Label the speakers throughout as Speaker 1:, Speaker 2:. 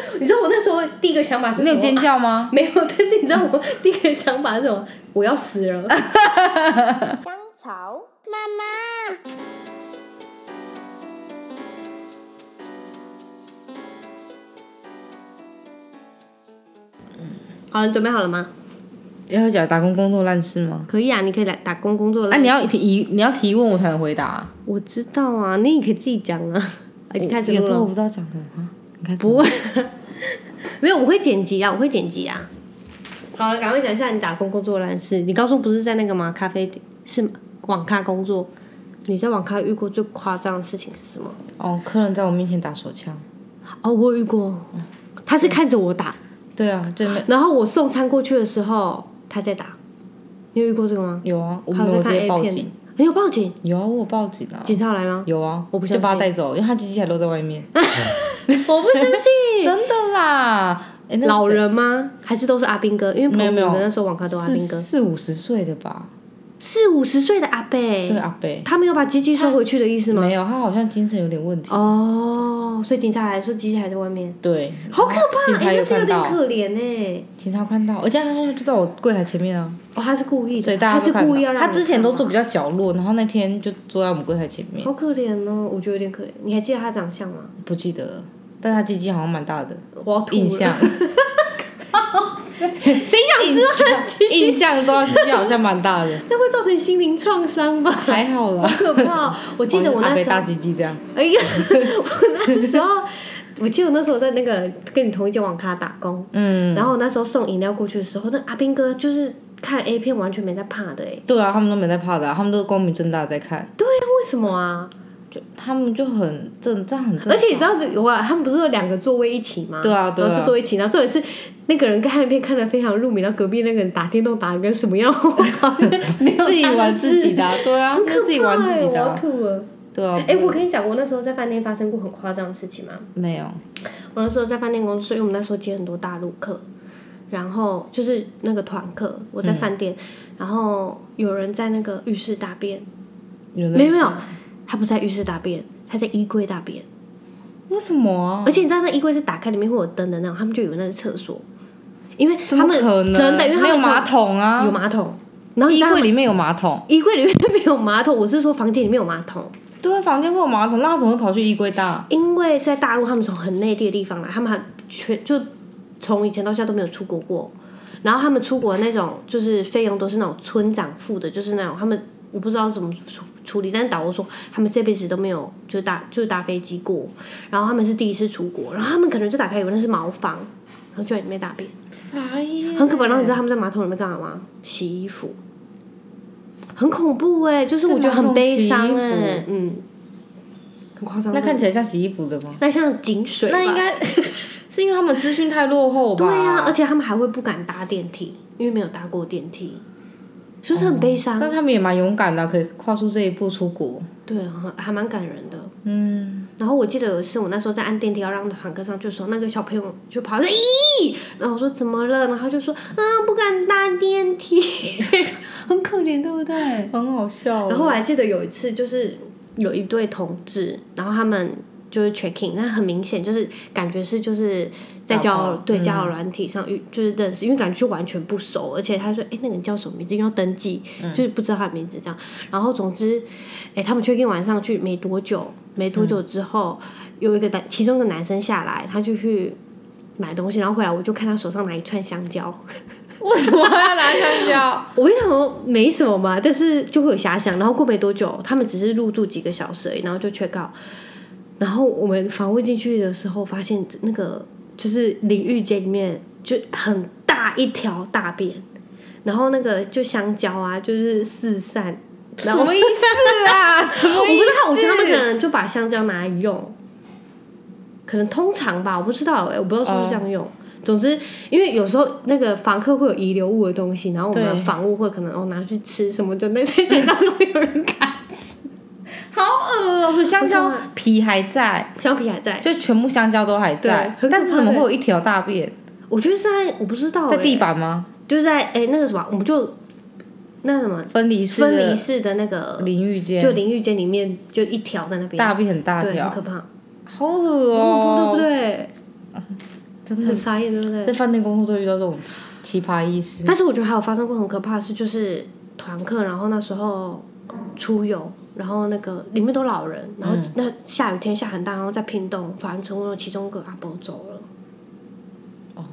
Speaker 1: 你知道我那时候第一个想法 是
Speaker 2: 你
Speaker 1: 什
Speaker 2: 有
Speaker 1: 么？
Speaker 2: 尖叫吗？
Speaker 1: 没有，但是你知道我第一个想法是什么？我要死了。
Speaker 3: 香草妈妈。
Speaker 1: 好，你准备好了吗？
Speaker 2: 要讲打工工作烂事吗？
Speaker 1: 可以啊，你可以来打工工作了。
Speaker 2: 啊，你要提你要提问我才能回答、
Speaker 1: 我知道啊，那你可以自己讲啊。啊已经开始
Speaker 2: 有
Speaker 1: 录
Speaker 2: 时候我
Speaker 1: 了
Speaker 2: 不，知道讲什么话，你开始
Speaker 1: 不会，没有，我会剪辑啊，我会剪辑啊。好了，赶快讲一下你打工工作的烂事。你高中不是在那个吗？咖啡店是吗网咖工作。你在网咖遇过最夸张的事情是什么？
Speaker 2: 哦，客人在我面前打手枪，
Speaker 1: 哦，我有遇过，他是看着我打，
Speaker 2: 对啊，对面
Speaker 1: 然后我送餐过去的时候他在打。你有遇过这个吗？
Speaker 2: 有啊，我
Speaker 1: 他
Speaker 2: 们
Speaker 1: 有
Speaker 2: 有
Speaker 1: 在
Speaker 2: 直
Speaker 1: 看
Speaker 2: 接
Speaker 1: A
Speaker 2: 报
Speaker 1: 片
Speaker 2: 警，，
Speaker 1: 你有报警？
Speaker 2: 有啊，我有报警啊，
Speaker 1: 警察来吗？
Speaker 2: 有啊，
Speaker 1: 我不相
Speaker 2: 就把他
Speaker 1: 信哎
Speaker 2: 带走，因为他机器还露在外面，啊
Speaker 1: 我不相信。
Speaker 2: 真的啦，哎 那
Speaker 1: 老
Speaker 2: 谁
Speaker 1: 人吗？还是都是阿兵哥？因为
Speaker 2: 没有
Speaker 1: 澎
Speaker 2: 没有
Speaker 1: 湖的那时候网咖都阿
Speaker 2: 四
Speaker 1: 兵哥，
Speaker 2: 四五十岁的吧，
Speaker 1: 四五十岁的阿伯，
Speaker 2: 对阿贝，
Speaker 1: 他没有把机器收回去的意思哎吗？
Speaker 2: 没有，他好像精神有点问题，
Speaker 1: 哦，所以警察来说机器还在外面，
Speaker 2: 对，
Speaker 1: 好可怕，
Speaker 2: 警
Speaker 1: 哎那
Speaker 2: 察有
Speaker 1: 是有
Speaker 2: 看
Speaker 1: 点
Speaker 2: 到，
Speaker 1: 可怜哎。
Speaker 2: 警察看到，而且他就在我柜台前面啊，
Speaker 1: 哦，他是故意的，
Speaker 2: 所以大
Speaker 1: 他
Speaker 2: 家
Speaker 1: 是
Speaker 2: 都看
Speaker 1: 故意
Speaker 2: 到
Speaker 1: 要让
Speaker 2: 他
Speaker 1: 你
Speaker 2: 之前
Speaker 1: 看
Speaker 2: 都
Speaker 1: 吗
Speaker 2: 坐比较角落，然后那天就坐在我们柜台前面，
Speaker 1: 好可怜哦，我觉得有点可怜。你还记得他长相吗？
Speaker 2: 不记得了，但他鸡鸡好像蛮大的，
Speaker 1: 我要吐了
Speaker 2: 印象
Speaker 1: 谁想知道他鸡鸡？
Speaker 2: 印象中他鸡鸡好像蛮大的，
Speaker 1: 那会造成心灵创伤吧？
Speaker 2: 还好啦。
Speaker 1: 可怕哦！我记得我
Speaker 2: 阿
Speaker 1: 那
Speaker 2: 北
Speaker 1: 时候
Speaker 2: 大，鸡鸡这样，
Speaker 1: 哎呀，我那时候，我记得我那时候在那个跟你同一间网咖打工，
Speaker 2: 嗯，
Speaker 1: 然后那时候送饮料过去的时候，那阿兵哥就是看 A 片完全没在怕的哎、
Speaker 2: 对啊，他们都没在怕的啊、他们都光明正大地在看，
Speaker 1: 对啊，为什么啊？
Speaker 2: 就他们就很正，这样很正，
Speaker 1: 而且你知道我他们不是有两个座位一起吗？
Speaker 2: 对啊对啊
Speaker 1: 然后就坐一起，然后重点是那个人看 A 片看的非常入迷，然后隔壁那个人打电动打的跟什么样， 我好像没有
Speaker 2: 自己
Speaker 1: 他的
Speaker 2: 玩自己
Speaker 1: 事
Speaker 2: 的啊、对啊，
Speaker 1: 很可怕欸
Speaker 2: 那自己玩自
Speaker 1: 欸
Speaker 2: 己的
Speaker 1: 我
Speaker 2: 啊、
Speaker 1: 要吐了。
Speaker 2: 对啊，
Speaker 1: 哎、我跟你讲，我那时候在饭店发生过很夸张的事情吗？
Speaker 2: 没有，
Speaker 1: 我那时候在饭店工作，所以我们那时候接很多大陆客，然后就是那个团客，我在饭
Speaker 2: 嗯
Speaker 1: 店，然后有人在那个浴室大便，
Speaker 2: 有的
Speaker 1: 没有没有，他不是在浴室大便，他在衣柜大便，
Speaker 2: 哦为什么啊
Speaker 1: 而？且你知道那衣柜是打开里面会有灯的那种，他们就以为那是厕所，因为他们
Speaker 2: 怎么可能
Speaker 1: 真的，因为他
Speaker 2: 没
Speaker 1: 们
Speaker 2: 有
Speaker 1: 从
Speaker 2: 马桶啊，
Speaker 1: 有马桶，然后你
Speaker 2: 衣
Speaker 1: 知道
Speaker 2: 柜
Speaker 1: 吗
Speaker 2: 里面有马桶，
Speaker 1: 衣柜里面没有马桶，我是说房间里面有马桶。
Speaker 2: 对啊，房间会有马桶，那他怎么会跑去衣柜大？
Speaker 1: 因为在大陆，他们从很内地的地方来，他们还全就从以前到现在都没有出国过。然后他们出国的那种就是费用都是那种村长付的，就是那种他们我不知道怎么处处理，但是导游说他们这辈子都没有就搭就是搭飞机过，然后他们是第一次出国，然后他们可能就打开以为那是茅房，然后就在里面大便，
Speaker 2: 啥呀？
Speaker 1: 很可怕。然后你知道他们在马桶里面干嘛吗？洗衣服，很恐怖哎、就是我觉得很悲伤哎、
Speaker 2: 在马桶洗衣
Speaker 1: 嗯，很夸张。
Speaker 2: 那看
Speaker 1: 对
Speaker 2: 起来像洗衣服的吗？
Speaker 1: 那像井水吧，
Speaker 2: 那 应该是因为他们资讯太落后吧？
Speaker 1: 对啊，而且他们还会不敢搭电梯，因为没有搭过电梯，是不是很悲伤？
Speaker 2: 但他们也蛮勇敢的啊，可以跨出这一步出国。
Speaker 1: 对啊，很还蛮感人的。
Speaker 2: 嗯，
Speaker 1: 然后我记得有一次，我那时候在按电梯要让堂客上去的时候，那个小朋友就跑来说：“咦！”然后我说：“怎么了？”然后他就说：“啊，不敢搭电梯， 很可怜，对不对？”
Speaker 2: 很好笑
Speaker 1: 然后我还记得有一次，就是有一对同志，然后他们就是 checking，那很明显就是感觉是就是在
Speaker 2: 打
Speaker 1: 交
Speaker 2: 炮
Speaker 1: 对交友嗯软体上遇就是认识，因为感觉就完全不熟，而且他说哎、诶那个人叫什么名字，因为要登记，就是不知道他的名字这样。然后总之，哎、他们 checking 晚上去没多久，没多久之后、有一个男其中一个男生下来，他就去。买东西，然后回来我就看他手上拿一串香蕉，
Speaker 2: 为什么要拿香蕉？
Speaker 1: 我就想说没什么嘛，但是就会有遐想。然后过没多久，他们只是入住几个小时而已，然后就 check out。然后我们访问进去的时候，发现那个就是淋浴间里面就很大一条大便，然后那个就香蕉啊，就是四散。
Speaker 2: 什么意思啊？什
Speaker 1: 我
Speaker 2: 么
Speaker 1: 不
Speaker 2: 意
Speaker 1: 知
Speaker 2: 思？
Speaker 1: 道，我觉得他们可能就把香蕉拿来用，可能通常吧，我不知道哎、我不知道是不是这样用。总之，因为有时候那个房客会有遗留物的东西，然后我们
Speaker 2: 对
Speaker 1: 房务会可能哦拿去吃什么的，那些香蕉都没有人敢。
Speaker 2: 好恶哦、香蕉皮还在，
Speaker 1: 香皮还在，
Speaker 2: 就全部香蕉都还在
Speaker 1: 对很可怕，
Speaker 2: 但是怎么会有一条大便
Speaker 1: 我觉得是在我不知道、欸、
Speaker 2: 在地，板吗？
Speaker 1: 就是在哎、那个什么，我们就那什么
Speaker 2: 分离式
Speaker 1: 分离
Speaker 2: 的
Speaker 1: 式的那个
Speaker 2: 淋浴间，
Speaker 1: 就淋浴间里面就一条在那边，
Speaker 2: 大便很大
Speaker 1: 对，很
Speaker 2: 条
Speaker 1: 可，怕，哦
Speaker 2: 好恶
Speaker 1: 很恐怖对不
Speaker 2: 哦、
Speaker 1: 对？
Speaker 2: 真
Speaker 1: 很
Speaker 2: 的
Speaker 1: 傻眼，对不
Speaker 2: 在
Speaker 1: 对？
Speaker 2: 饭店工作都遇到这种奇葩医师，
Speaker 1: 但是我觉得还有发生过很可怕的事，就是团课，然后那时候出游，然后那个里面都老人，然后
Speaker 2: 嗯
Speaker 1: 那下雨天下很大，然后在屏东发生车祸，其中一个阿伯走了。
Speaker 2: 哦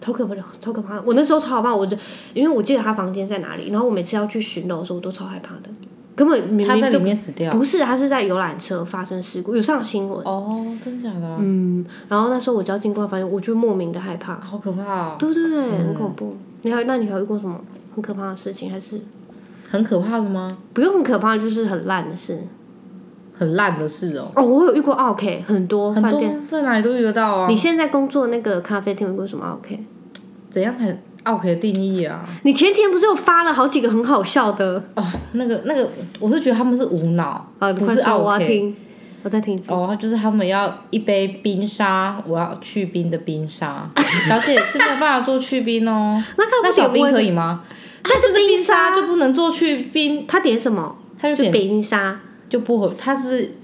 Speaker 1: 超可怕的，超可怕的！我那时候超害怕，我就因为我记得他房间在哪里，然后我每次要去巡楼的时候，我都超害怕的，根本明
Speaker 2: 他在
Speaker 1: 明
Speaker 2: 里
Speaker 1: 就
Speaker 2: 面啊死掉。
Speaker 1: 不是，他是在游览车发生事故，有上新闻。
Speaker 2: 哦，真假的啊？
Speaker 1: 嗯，然后那时候我只要经过，反正我就莫名的害怕，
Speaker 2: 好可怕哦！
Speaker 1: 对对对，很恐怖。你还那你还遇过什么很可怕的事情？还是
Speaker 2: 很可怕的吗？
Speaker 1: 不用很可怕，就是很烂的事
Speaker 2: 很烂的事哦，
Speaker 1: 哦。我有遇过 OK 很多
Speaker 2: 很
Speaker 1: 哦饭
Speaker 2: 多
Speaker 1: 店。
Speaker 2: 在哪里都遇得到啊
Speaker 1: 你。现在工作那个咖啡厅有遇过什么 OK？
Speaker 2: 怎样才 OK 的定义啊？
Speaker 1: 你前天不是有发了好几个很好笑的
Speaker 2: 哦，那个那个，我是觉得他们是无脑，
Speaker 1: 啊？你
Speaker 2: 不
Speaker 1: 快
Speaker 2: 是
Speaker 1: 说我要
Speaker 2: OK。
Speaker 1: 听，我在听一次。
Speaker 2: 哦，就是他们要一杯冰沙，我要去冰的冰沙， 小姐是没有办法做去冰哦。
Speaker 1: 那他
Speaker 2: 那
Speaker 1: 不
Speaker 2: 小
Speaker 1: 点
Speaker 2: 冰
Speaker 1: 温
Speaker 2: 可以吗？
Speaker 1: 它是
Speaker 2: 冰
Speaker 1: 冰
Speaker 2: 沙
Speaker 1: 沙，
Speaker 2: 就不能做去冰，
Speaker 1: 他点什么？
Speaker 2: 它就
Speaker 1: 就
Speaker 2: 点
Speaker 1: 冰沙。
Speaker 2: 就不合。它是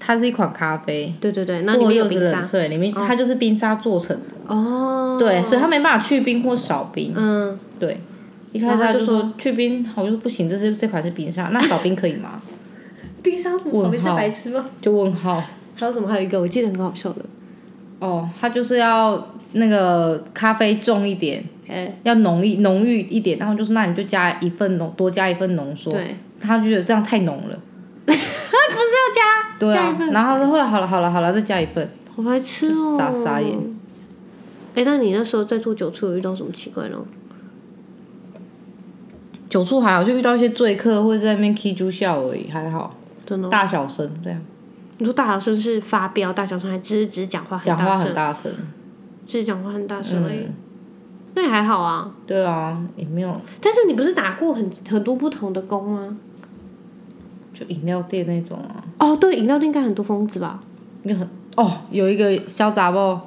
Speaker 2: 它是一款咖啡，
Speaker 1: 对对对，那
Speaker 2: 不
Speaker 1: 里
Speaker 2: 过
Speaker 1: 面有
Speaker 2: 柚子
Speaker 1: 冰
Speaker 2: 冷
Speaker 1: 沙
Speaker 2: 萃，里面它就是冰沙做成的，
Speaker 1: 哦。
Speaker 2: 对，所以它没办法去冰或少冰。
Speaker 1: 嗯，
Speaker 2: 对，一开始
Speaker 1: 然
Speaker 2: 他
Speaker 1: 后他
Speaker 2: 就
Speaker 1: 就
Speaker 2: 说去冰，我就说不行，这是这款是冰沙，那少冰可以 吗？
Speaker 1: 冰沙
Speaker 2: 么少冰是白
Speaker 1: 痴吗？
Speaker 2: 就问号。
Speaker 1: 还有什么？还有一个我记得很好笑的，
Speaker 2: 哦，他就是要那个咖啡重一点，要浓郁浓郁一点，然后就说那你就加一份浓，多加一份浓缩。
Speaker 1: 对，
Speaker 2: 他就觉得这样太浓了。不是要加？对啊，然后他说后来好了好了好了，再加一份。
Speaker 1: 好白痴
Speaker 2: 就
Speaker 1: 哦，
Speaker 2: 傻傻眼。
Speaker 1: 哎、那你那时候在做酒醋有遇到什么奇怪的吗？
Speaker 2: 酒醋还好，就遇到一些醉客或者在那边 K 猪笑而已，还好，
Speaker 1: 真的哦、
Speaker 2: 大小声这样，
Speaker 1: 你说大小声是发飙，大小声还只是只是讲话很
Speaker 2: 讲话
Speaker 1: 大
Speaker 2: 很
Speaker 1: 声，
Speaker 2: 大嗯声。
Speaker 1: 只是讲话很大声而已。那也还好啊，
Speaker 2: 对啊，也没有
Speaker 1: 但是你不是打过很很多不同的工吗？
Speaker 2: 就饮料店那种啊。
Speaker 1: 哦，对，饮料店应该很多疯子吧？
Speaker 2: 就很哦，有一个小杂包，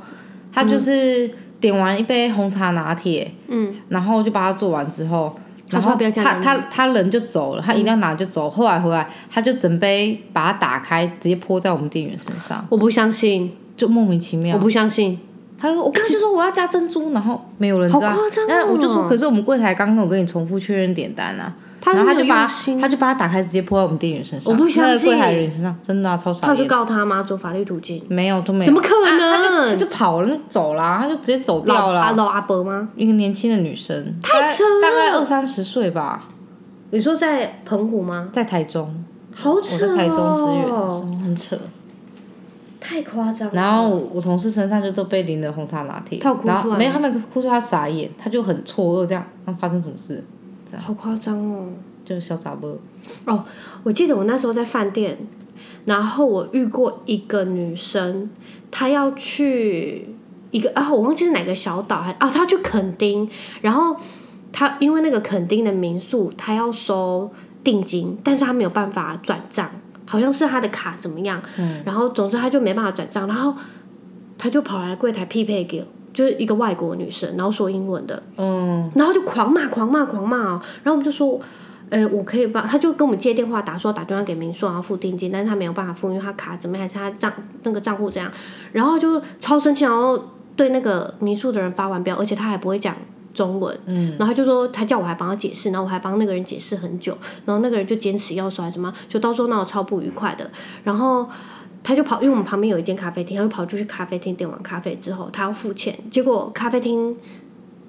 Speaker 2: 他就是点完一杯红茶拿铁，嗯，然后就把它做完之后，
Speaker 1: 他
Speaker 2: 然
Speaker 1: 说
Speaker 2: 后
Speaker 1: 不要加
Speaker 2: 他
Speaker 1: 柠檬
Speaker 2: 他他人就走
Speaker 1: 嗯
Speaker 2: 了，他饮料拿就走，后来回来他就整杯把它打开，直接泼在我们店员身上，
Speaker 1: 我不相信，
Speaker 2: 就莫名其
Speaker 1: 我
Speaker 2: 妙。
Speaker 1: 不相信，
Speaker 2: 他说我刚才就说我要加珍珠，然后没有人知道
Speaker 1: 好夸张哦，
Speaker 2: 然后我就说可是我们柜台刚刚我跟你重复确认点单啊。
Speaker 1: 他
Speaker 2: 然后他就
Speaker 1: 没有
Speaker 2: 把
Speaker 1: 用心
Speaker 2: 他就把它打开，直接泼在我们店员身上，
Speaker 1: 我不相
Speaker 2: 那个柜
Speaker 1: 信
Speaker 2: 台人身上，真的、啊、超
Speaker 1: 他
Speaker 2: 傻
Speaker 1: 有去
Speaker 2: 眼。
Speaker 1: 告他吗？走法律途径？
Speaker 2: 没有，都没有。
Speaker 1: 怎么可
Speaker 2: 啊他就他
Speaker 1: 能？
Speaker 2: 就跑了，就走了，他就直接走
Speaker 1: 嗯
Speaker 2: 掉
Speaker 1: 老阿
Speaker 2: 了。
Speaker 1: 老阿伯吗？
Speaker 2: 一个年轻的女生，
Speaker 1: 太
Speaker 2: 大概
Speaker 1: 扯了
Speaker 2: 大概二三十岁吧，
Speaker 1: 你说在澎湖吗？
Speaker 2: 在台中，
Speaker 1: 好
Speaker 2: 我
Speaker 1: 扯、
Speaker 2: 在
Speaker 1: 哦！
Speaker 2: 台中支援的时候很扯。
Speaker 1: 太夸张了。
Speaker 2: 然后我同事身上就都被淋了红茶拿铁，
Speaker 1: 他有哭出来
Speaker 2: 然
Speaker 1: 吗
Speaker 2: 后没有，他们哭出来，他傻眼，他就很错愕，这样，那发生什么事？
Speaker 1: 好夸张哦！
Speaker 2: 就是小傻波，
Speaker 1: 我记得我那时候在饭店，然后我遇过一个女生，她要去一个啊，我忘记是哪个小岛，还啊，她要去垦丁，然后她因为那个垦丁的民宿，她要收定金，但是她没有办法转账，好像是她的卡怎么样，然后总之她就没办法转账，然后她就跑来柜台匹配给我，就是一个外国女生，然后说英文的。
Speaker 2: 嗯，
Speaker 1: 然后就狂骂、狂骂、狂骂哦。然后我们就说，呃，我可以帮，他就跟我们接电话打，说打电话给民宿，然后付定金，但是他没有办法付，因为他卡怎么样，还是他账那个账户这样，然后就超生气，然后对那个民宿的人发完飙，而且他还不会讲。中文，嗯，然后他就说他叫我还帮他解释，然后我还帮那个人解释很久，然后那个人就坚持要说还是什么，就到时候闹得超不愉快的，然后他就跑，因为我们旁边有一间咖啡厅，他就跑出去咖啡厅点完咖啡之后，他要付钱，结果咖啡厅，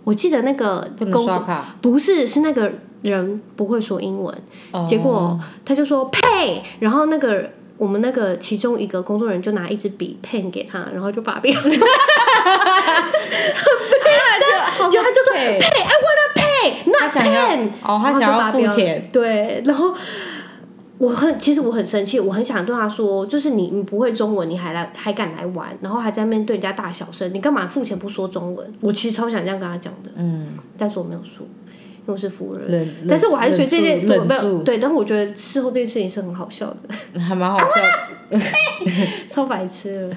Speaker 1: 我记得那个
Speaker 2: 不能
Speaker 1: 工
Speaker 2: 刷
Speaker 1: 作
Speaker 2: 卡，
Speaker 1: 不是，是那个人不会说英文，
Speaker 2: 哦
Speaker 1: 结果他就说 pay，然后那个我们那个其中一个工作人员就拿一支笔 pen 给他，然后就把笔，就他就
Speaker 2: 就
Speaker 1: 说 pay，I wanna pay，
Speaker 2: 他
Speaker 1: not
Speaker 2: 想要
Speaker 1: pen，
Speaker 2: 哦，他
Speaker 1: 然后就
Speaker 2: 想要
Speaker 1: 把
Speaker 2: 付
Speaker 1: 标
Speaker 2: 钱，
Speaker 1: 对，然后。我很，其实我很生气，我很想对他说，就是你你不会中文，你还来还敢来玩，然后还在那边对人家大小声，你干嘛付钱不说中文？我其实超想这样跟他讲的，
Speaker 2: 嗯，
Speaker 1: 但是我没有说，因为我是服务人。
Speaker 2: 忍，
Speaker 1: 但是我还是觉得这件
Speaker 2: 忍
Speaker 1: 对
Speaker 2: 住
Speaker 1: 我没
Speaker 2: 忍
Speaker 1: 有
Speaker 2: 住，
Speaker 1: 对，但是我觉得事后这件事情是很好笑的，
Speaker 2: 还蛮好笑
Speaker 1: 啊
Speaker 2: 的。
Speaker 1: 超白痴的。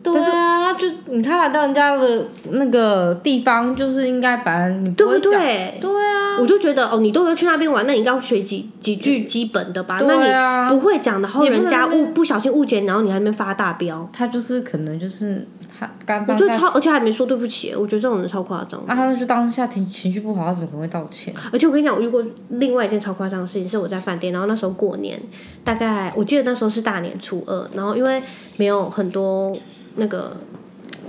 Speaker 2: 对啊，就你看得到人家的那个地方，就是应该把你
Speaker 1: 对
Speaker 2: 不会
Speaker 1: 不
Speaker 2: 讲
Speaker 1: 对？
Speaker 2: 对啊，
Speaker 1: 我就觉得哦，你都要去那边玩，那你应该要学几几句基本的吧？
Speaker 2: 对啊
Speaker 1: 那你不会讲的话，
Speaker 2: 你不能
Speaker 1: 人家
Speaker 2: 在那
Speaker 1: 误不小心误解，然后你还没发大飙，
Speaker 2: 他就是可能就是他刚
Speaker 1: 我
Speaker 2: 当
Speaker 1: 觉
Speaker 2: 下
Speaker 1: 得，超，而且还没说对不起，我觉得这种人超夸张。
Speaker 2: 那、他就当下情情绪不好，他怎么可能会道歉？
Speaker 1: 而且我跟你讲，我遇过另外一件超夸张的事情，是我在饭店，然后那时候过年，大概我记得那时候是大年初二，然后因为没有很多那个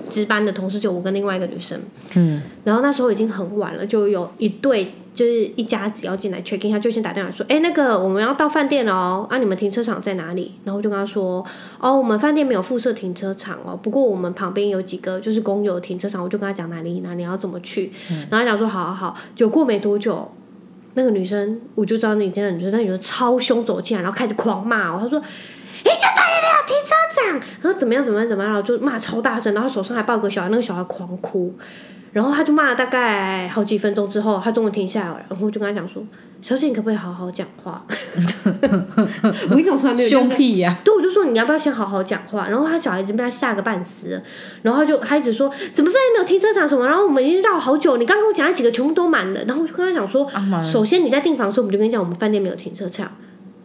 Speaker 1: 值班的同事，就我跟另外一个女生，嗯，然后那时候已经很晚了，就有一对就是一家子要进来 check in，他就先打电话说，哎、那个我们要到饭店了哦，啊，你们停车场在哪里？然后我就跟他说，哦，我们饭店没有附设停车场哦，不过我们旁边有几个就是公有停车场，我就跟他讲哪里哪里要怎么去，然后他讲说好好好，就过没多久。那个女生，我就知道那一的女生，那女生超凶走进来，然后开始狂骂我。她说：“哎、这哪里没有停车场？”然后怎么样怎么样怎么样，然后就骂超大声，然后手上还抱个小孩，那个小孩狂哭。然后她就骂了大概好几分钟之后，她终于停下来了，然后我就跟她讲说：“小姐，你可不可以好好讲话？” 我跟你讲，我从来没有这样
Speaker 2: 凶屁呀、
Speaker 1: 对，我就说你要不要先好好讲话？然后他小孩子被他吓个半死了，然后他就他一直说怎么饭店没有停车场什么，然后我们已经绕好久，你刚跟我讲那几个全部都满了，然后我就跟他讲说，
Speaker 2: 啊妈呀
Speaker 1: 首先你在订房的时候我们就跟你讲我们饭店没有停车场，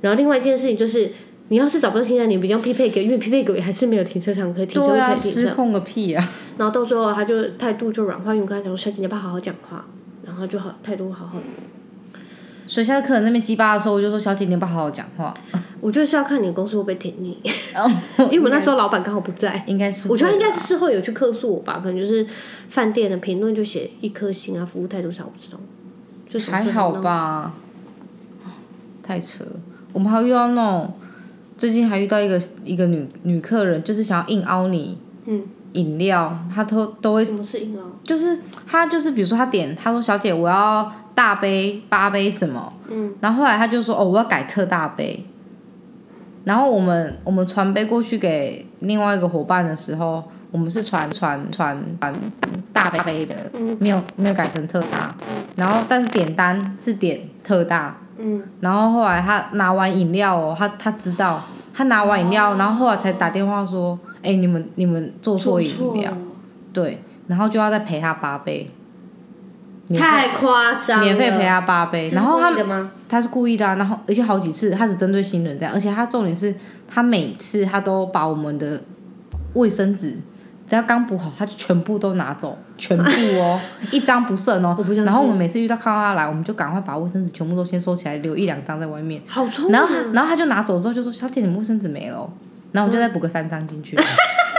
Speaker 1: 然后另外一件事情就是你要是找不到停车场，你不用匹配给，因为匹配给还是没有停车场可以停车
Speaker 2: 对
Speaker 1: 位
Speaker 2: 啊，
Speaker 1: 可以停
Speaker 2: 失
Speaker 1: 车，
Speaker 2: 控个屁呀、
Speaker 1: 然后到最后他就态度就软化，因为我跟他讲说小姐你要不要好好讲话，然后他就好态度好好。
Speaker 2: 所以下次客人那边鸡巴的时候，我就说：“小姐，你要不要好好讲 话
Speaker 1: 我觉得是要看你公司会不会挺 你，？”
Speaker 2: 哦，
Speaker 1: 因为我那时候老板刚好不在，
Speaker 2: 应该是会啊，
Speaker 1: 哎我觉得应该是事后有去客诉我吧，可能就是饭店的评论就写一颗星啊，服务态度差，我不知道。就总之
Speaker 2: 还好？吧，太扯了。我们还遇到那种，最近还遇到一个一个女女客人，就是想要硬凹你，嗯，饮料，她都都会，
Speaker 1: 什么是硬啊？
Speaker 2: 就是她就是比如说她点，她说小姐我要大杯八杯什么，嗯，然后后来她就说哦我要改特大杯，然后我们我们传杯过去给另外一个伙伴的时候，我们是传传传传大杯杯的，没有没有改成特大，然后但是点单是点特大，
Speaker 1: 嗯，
Speaker 2: 然后后来他拿完饮料哦，他他知道他拿完饮料，然后后来才打电话说，哎、你们你们做错饮
Speaker 1: 做
Speaker 2: 料，
Speaker 1: 了
Speaker 2: 对，然后就要再赔他八杯，免费
Speaker 1: 太夸张了，
Speaker 2: 免费赔他八
Speaker 1: 这
Speaker 2: 杯，
Speaker 1: 是
Speaker 2: 然后
Speaker 1: 故意
Speaker 2: 他
Speaker 1: 的吗？
Speaker 2: 他是故意的、啊，然后而且好几次他只针对新人这样，而且他重点是他每次他都把我们的卫生纸。只要刚补好，他就全部都拿走，全部 哦，一张不剩哦
Speaker 1: 我不相。信
Speaker 2: 然后我们每次遇到看到他来，我们就赶快把卫生纸全部都先收起来，留一两张在外面。
Speaker 1: 好聪明
Speaker 2: 然
Speaker 1: 啊
Speaker 2: 后他，然后他就拿走之后就说：“小姐，你们卫生纸没了哦。”然后我们就再补个三张进 去，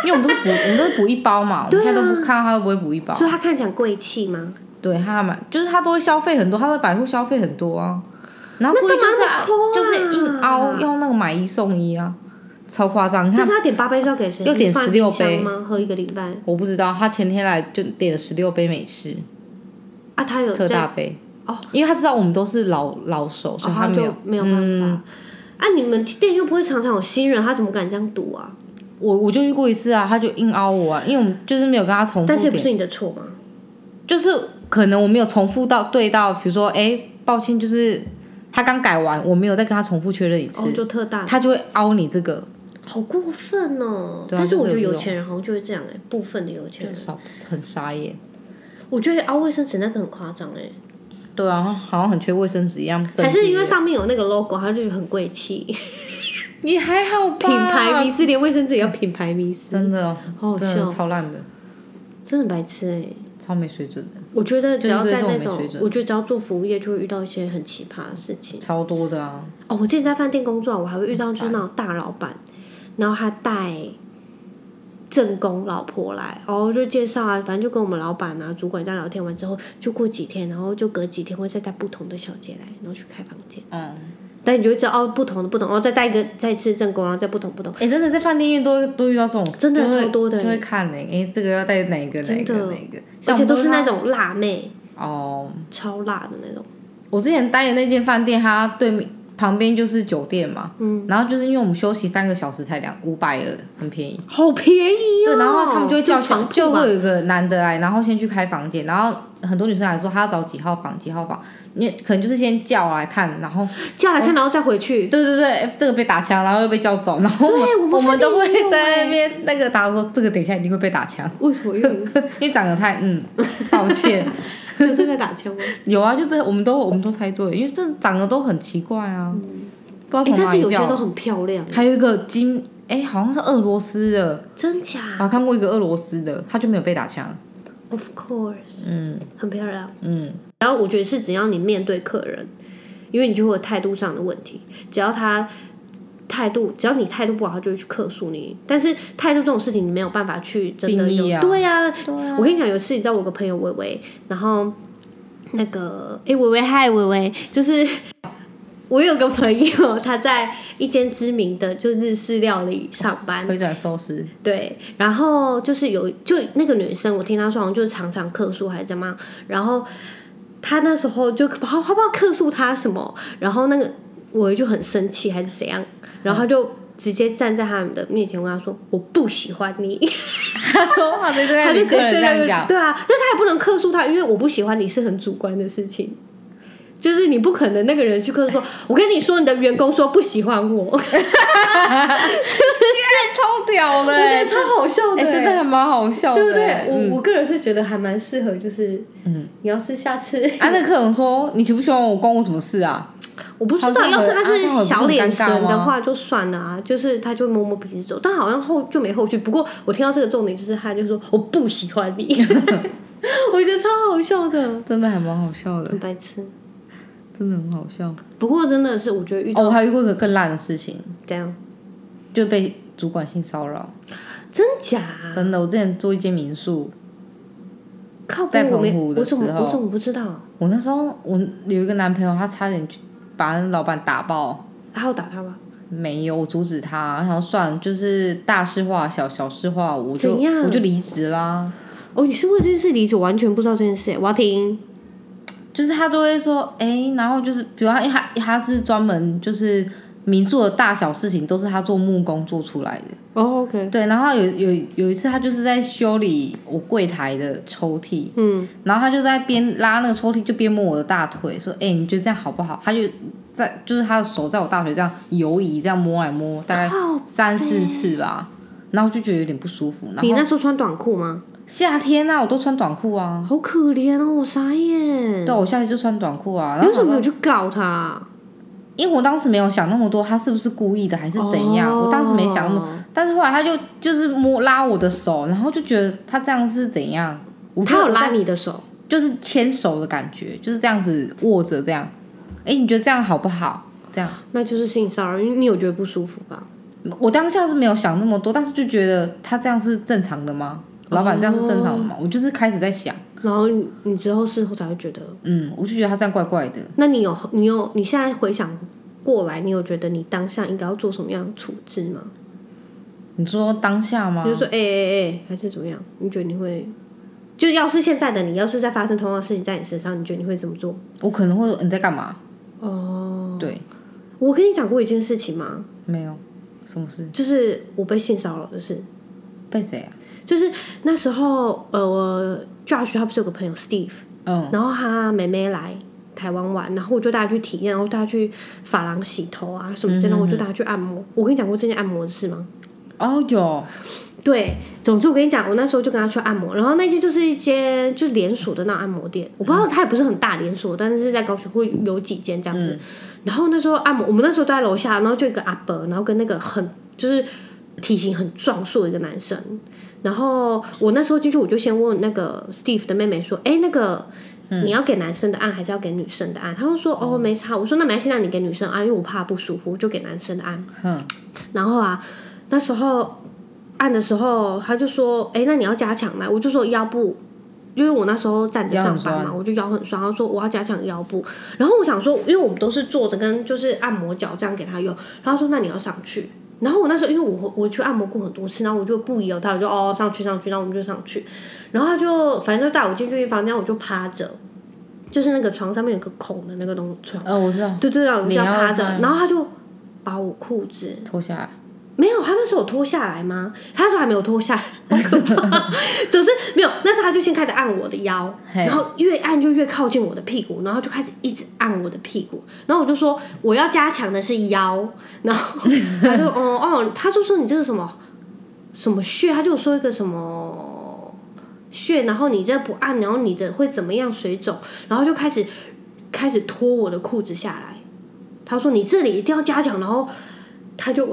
Speaker 2: 因为我们都是补，我们都是补一包嘛，我
Speaker 1: 对
Speaker 2: 们
Speaker 1: 啊
Speaker 2: 现在都不看到他都不会补一包
Speaker 1: 所。以他看起来很贵气吗？
Speaker 2: 对他还蛮，就是他都会消费很多，他在百货消费很多啊。然后
Speaker 1: 那
Speaker 2: 故意就
Speaker 1: 干嘛
Speaker 2: 是、
Speaker 1: 那么抠啊
Speaker 2: 就是硬凹要那个买一送一啊，超夸张。你
Speaker 1: 但
Speaker 2: 看
Speaker 1: 是，他点八杯是要给谁？
Speaker 2: 又点
Speaker 1: 放
Speaker 2: 16
Speaker 1: 冰箱
Speaker 2: 杯
Speaker 1: 吗？喝一个礼拜
Speaker 2: 我不知道他前天来就点了十六杯美式
Speaker 1: 啊？他有
Speaker 2: 特大
Speaker 1: 在
Speaker 2: 杯
Speaker 1: 哦，
Speaker 2: 因为他知道我们都是老老手，所
Speaker 1: 哦
Speaker 2: 以
Speaker 1: 他
Speaker 2: 没
Speaker 1: 就
Speaker 2: 有。
Speaker 1: 没有办法。啊，你们店又不会常常有新人，他怎么敢这样赌啊？
Speaker 2: 我我就遇过一次啊，他就硬凹我啊，因为我们就是没有跟他重复
Speaker 1: 但是也不
Speaker 2: 点
Speaker 1: 是你的错嘛。
Speaker 2: 就是可能我没有重复到对到，比如说，哎、抱歉，就是他刚改完，我没有再跟他重复确认一次，
Speaker 1: 哦，就特大，
Speaker 2: 他就会凹你这个，
Speaker 1: 好过分哦！
Speaker 2: 对啊
Speaker 1: 但是我觉
Speaker 2: 就
Speaker 1: 得
Speaker 2: 是有这
Speaker 1: 有
Speaker 2: 种
Speaker 1: 钱人好像就会这样哎，部分的有钱人
Speaker 2: 就。少很傻眼。
Speaker 1: 我觉得凹卫生纸那个很夸张哎，
Speaker 2: 对啊，好像很缺卫生纸一样。
Speaker 1: 还是因为上面有那个 logo，它就很贵气。
Speaker 2: 你还好吧？
Speaker 1: 品牌迷思，连卫生纸也要品牌迷思，
Speaker 2: 真的，
Speaker 1: 好好
Speaker 2: 真的
Speaker 1: 笑，
Speaker 2: 超烂的，
Speaker 1: 真的白痴哎！
Speaker 2: 超没水准的，
Speaker 1: 我觉得只要在那
Speaker 2: 就是对这种
Speaker 1: 种
Speaker 2: 没水，准
Speaker 1: 我觉得只要做服务业，就会遇到一些很奇葩的事情。
Speaker 2: 超多的啊！
Speaker 1: 哦，我之前在饭店工作，我还会遇到就是那种大老板，然后他带正宫老婆来，然后就介绍啊，反正就跟我们老板啊、主管这样聊天完之后，就过几天，然后就隔几天会再带不同的小姐来，然后去开房间。
Speaker 2: 嗯，
Speaker 1: 但你就会知道哦，不同的不同，然后再带一个再一次正宫，然后再不同不同。
Speaker 2: 哎、真的在饭店因为都都遇到这种，
Speaker 1: 真的
Speaker 2: 就会
Speaker 1: 超多的
Speaker 2: 就会看呢、哎、这个要带哪一个，哪一个，
Speaker 1: 真的
Speaker 2: 哪一个，
Speaker 1: 而
Speaker 2: 像
Speaker 1: 且
Speaker 2: 我们
Speaker 1: 都是那
Speaker 2: 看
Speaker 1: 种辣妹，
Speaker 2: 哦，
Speaker 1: 超辣的那种。
Speaker 2: 我之前待的那间饭店，它对面旁边就是酒店嘛，
Speaker 1: 嗯
Speaker 2: 然后就是因为我们休息三个小时才两五百而很便宜，
Speaker 1: 好便宜哦！
Speaker 2: 对，然后他们就会叫小
Speaker 1: 床
Speaker 2: 就
Speaker 1: 铺吧
Speaker 2: 会有一个男的来，然后先去开房间，然后很多女生来说她要找几号房几号房，因为可能就是先叫啊来看，然后
Speaker 1: 叫来看，然后再回去。
Speaker 2: 对对对，哎这个被打枪，然后又被叫走，然后我
Speaker 1: 对我
Speaker 2: 们
Speaker 1: 们
Speaker 2: 我们都会
Speaker 1: 饭店也有哎
Speaker 2: 在那边那个打说这个等一下一定会被打枪，
Speaker 1: 为什么用？
Speaker 2: 因为长得太嗯，抱歉，
Speaker 1: 就是在打枪吗？
Speaker 2: 有啊，就这我们都我们都猜对，因为这长得都很奇怪啊，不知道
Speaker 1: 哎
Speaker 2: 从
Speaker 1: 但
Speaker 2: 哪
Speaker 1: 是
Speaker 2: 里
Speaker 1: 有些
Speaker 2: 叫
Speaker 1: 都。很漂亮。
Speaker 2: 还有一个金哎、好像是俄罗斯的，
Speaker 1: 真假
Speaker 2: 我看过一个俄罗斯的，他就没有被打枪。
Speaker 1: ？Of course，嗯，很漂亮。
Speaker 2: 嗯，
Speaker 1: 然后我觉得是只要你面对客人，因为你就会有态度上的问题，只要他态度，只要你态度不好，他就会去客诉你。但是态度这种事情，你没有办法去真的
Speaker 2: 定义
Speaker 1: 有
Speaker 2: 啊
Speaker 1: 对啊，我跟你讲，有一次你知道我有个朋友微微，然后那个哎微微嗨微微，就是我有个朋友他在一间知名的就日式料理上班，
Speaker 2: 回转寿司，
Speaker 1: 对，然后就是有就那个女生，我听她说好像就是常常客诉还是怎么样，然后她那时候就好好不好客诉她什么，然后那个我就很生气还是怎样，然后她就直接站在他们的面前跟她说我不喜欢你，
Speaker 2: 他说他对
Speaker 1: 她
Speaker 2: 对
Speaker 1: 就直接
Speaker 2: 对，客人这样
Speaker 1: 对
Speaker 2: 讲，
Speaker 1: 对啊，但是她也不能客诉她，因为我不喜欢你是很主观的事情。就是你不可能那个人去客诉说，我跟你说，你的员工说不喜欢我，我觉
Speaker 2: 超屌的、欸，
Speaker 1: 得超好笑的、欸
Speaker 2: 哎、真的还蛮好笑的、
Speaker 1: 对不哦对
Speaker 2: 欸？
Speaker 1: 我、
Speaker 2: 嗯
Speaker 1: 我个人是觉得还蛮适合，就是，嗯，你要是下次，
Speaker 2: 啊，那客人说你喜不喜欢我关我什么事啊？
Speaker 1: 我不知
Speaker 2: 好
Speaker 1: 道，欸
Speaker 2: 像
Speaker 1: 要是他
Speaker 2: 很啊这样很
Speaker 1: 是
Speaker 2: 不
Speaker 1: 小脸神
Speaker 2: 尴尬
Speaker 1: 的
Speaker 2: 吗
Speaker 1: 话就算了啊，就是他就摸摸鼻子走，但好像后就没后续。不过我听到这个重点就是，他就说我不喜欢你， 我觉得超好笑的，
Speaker 2: 真的还蛮好笑的
Speaker 1: 很，白痴。
Speaker 2: 真的很好笑。
Speaker 1: 不过真的是，我觉得遇到
Speaker 2: 哦，我还遇过一个更烂的事情，
Speaker 1: 这样，
Speaker 2: 就被主管性骚扰。
Speaker 1: 真假？
Speaker 2: 真的，我之前住一间民宿，
Speaker 1: 靠
Speaker 2: 在
Speaker 1: 背我没，
Speaker 2: 澎湖的
Speaker 1: 我怎么
Speaker 2: 时候
Speaker 1: 我怎么不知道？
Speaker 2: 我那时候我有一个男朋友，他差点去把那老板打爆。
Speaker 1: 还有打他吗？
Speaker 2: 没有，我阻止他，然后算了，就是大事化小，小事化无，我就
Speaker 1: 怎样
Speaker 2: 我就离职啦。
Speaker 1: 哦，你是为这件事离职，我完全不知道这件事，哎我要听。
Speaker 2: 就是他都会说，哎、然后就是，比如他，因为他他是专门就是民宿的大小事情都是他做木工做出来的。
Speaker 1: 哦，OK，
Speaker 2: 对，然后有有有一次，他就是在修理我柜台的抽屉，
Speaker 1: 嗯，
Speaker 2: 然后他就在边拉那个抽屉，就边摸我的大腿，说：“哎、你觉得这样好不好？”他就在就是他的手在我大腿这样游移，这样摸来摸，大概
Speaker 1: 靠
Speaker 2: 三四次吧，然后我就觉得有点不舒服。然
Speaker 1: 你
Speaker 2: 后
Speaker 1: 那时候穿短裤吗？
Speaker 2: 夏天啊，我都穿短裤啊，
Speaker 1: 好可怜哦，我傻眼。
Speaker 2: 对啊，我夏天就穿短裤啊。然
Speaker 1: 你
Speaker 2: 后
Speaker 1: 为什么没
Speaker 2: 想
Speaker 1: 有
Speaker 2: 说
Speaker 1: 去告他？
Speaker 2: 因为我当时没有想那么多，他是不是故意的还是怎样？我当时没想那么多，
Speaker 1: 么
Speaker 2: 但是后来他就就是摸拉我的手，然后就觉得他这样是怎样？我
Speaker 1: 他
Speaker 2: 就
Speaker 1: 有拉你的手，
Speaker 2: 就是牵手的感觉，就是这样子握着这样。哎、你觉得这样好不好？这样，
Speaker 1: 那就是性骚扰。你你有觉得不舒服吧？
Speaker 2: 我当下是没有想那么多，但是就觉得他这样是正常的吗？老板这样是正常
Speaker 1: 哦
Speaker 2: 的吗？我就是开始在想，
Speaker 1: 然后你你之后事后才会觉得，
Speaker 2: 嗯，我就觉得他这样怪怪的。
Speaker 1: 那你有你有你现在回想过来，你有觉得你当下应该要做什么样的处置吗？
Speaker 2: 你说当下吗
Speaker 1: 比？如说，哎哎哎，还是怎么样？你觉得你会？就要是现在的你，要是再发生同样的事情在你身上，你觉得你会怎么做？
Speaker 2: 我可能会说你在干嘛？哦，对，
Speaker 1: 我跟你讲过一件事情吗？
Speaker 2: 没有，什么事？
Speaker 1: 就是我被性骚扰的事。
Speaker 2: 被谁啊？
Speaker 1: 就是那时候，呃，我 Josh 他不是有个朋友 Steve，
Speaker 2: 嗯，
Speaker 1: 然后他妹妹来台湾玩，然后我就带她去体验，然后带她去发廊洗头啊什么之类的，我就带她去按摩。我跟你讲过这件按摩的事吗？
Speaker 2: 哦，有，
Speaker 1: 对，总之我跟你讲，我那时候就跟她去按摩，然后那些就是一些就连锁的那种按摩店，我不知道它也不是很大连锁，但是在高雄会有几间这样子。然后那时候按摩，我们那时候都在楼下，然后就有一个阿伯，然后跟那个很就是体型很壮硕的一个男生。然后我那时候进去，我就先问那个 Steve 的妹妹说：“哎，那个你要给男生的按还是要给女生的按？”他就说：“哦，没差。”我说：“哦那没关系，那你给女生按，因为我怕不舒服，就给男生的按。”
Speaker 2: 嗯，
Speaker 1: 然后啊，那时候按的时候，他就说：“哎，那你要加强来。”我就说：“腰部。”因为我那时候站着
Speaker 2: 腰很
Speaker 1: 上班嘛，
Speaker 2: 酸
Speaker 1: 我就腰很酸。他说我要加强腰部，然后我想说，因为我们都是坐着跟就是按摩脚这样给他用，然后他说那你要上去。然后我那时候因为我我去按摩过很多次，然后我就不疑有他，我就哦上去上去，然后我们就上去，然后他就反正就带我进去房间，我就趴着，就是那个床上面有个孔的那个东床，
Speaker 2: 呃，我知道，
Speaker 1: 对对对，我们就要
Speaker 2: 你要
Speaker 1: 趴着
Speaker 2: 这样，
Speaker 1: 然后他就把我裤子
Speaker 2: 脱下来，
Speaker 1: 没有，他那时候有脱下来吗？他那时候还没有脱下来，好可怕。总之没有，那时候他就先开始按我的腰，
Speaker 2: 嘿
Speaker 1: 然后越按就越靠近我的屁股，然后就开始一直按我的屁股，然后我就说我要加强的是腰，然后他就哦哦，他就说你这个什么什么穴，他就说一个什么穴，然后你这不按，然后你的会怎么样水肿，然后就开始开始脱我的裤子下来，他说你这里一定要加强，然后。他就 我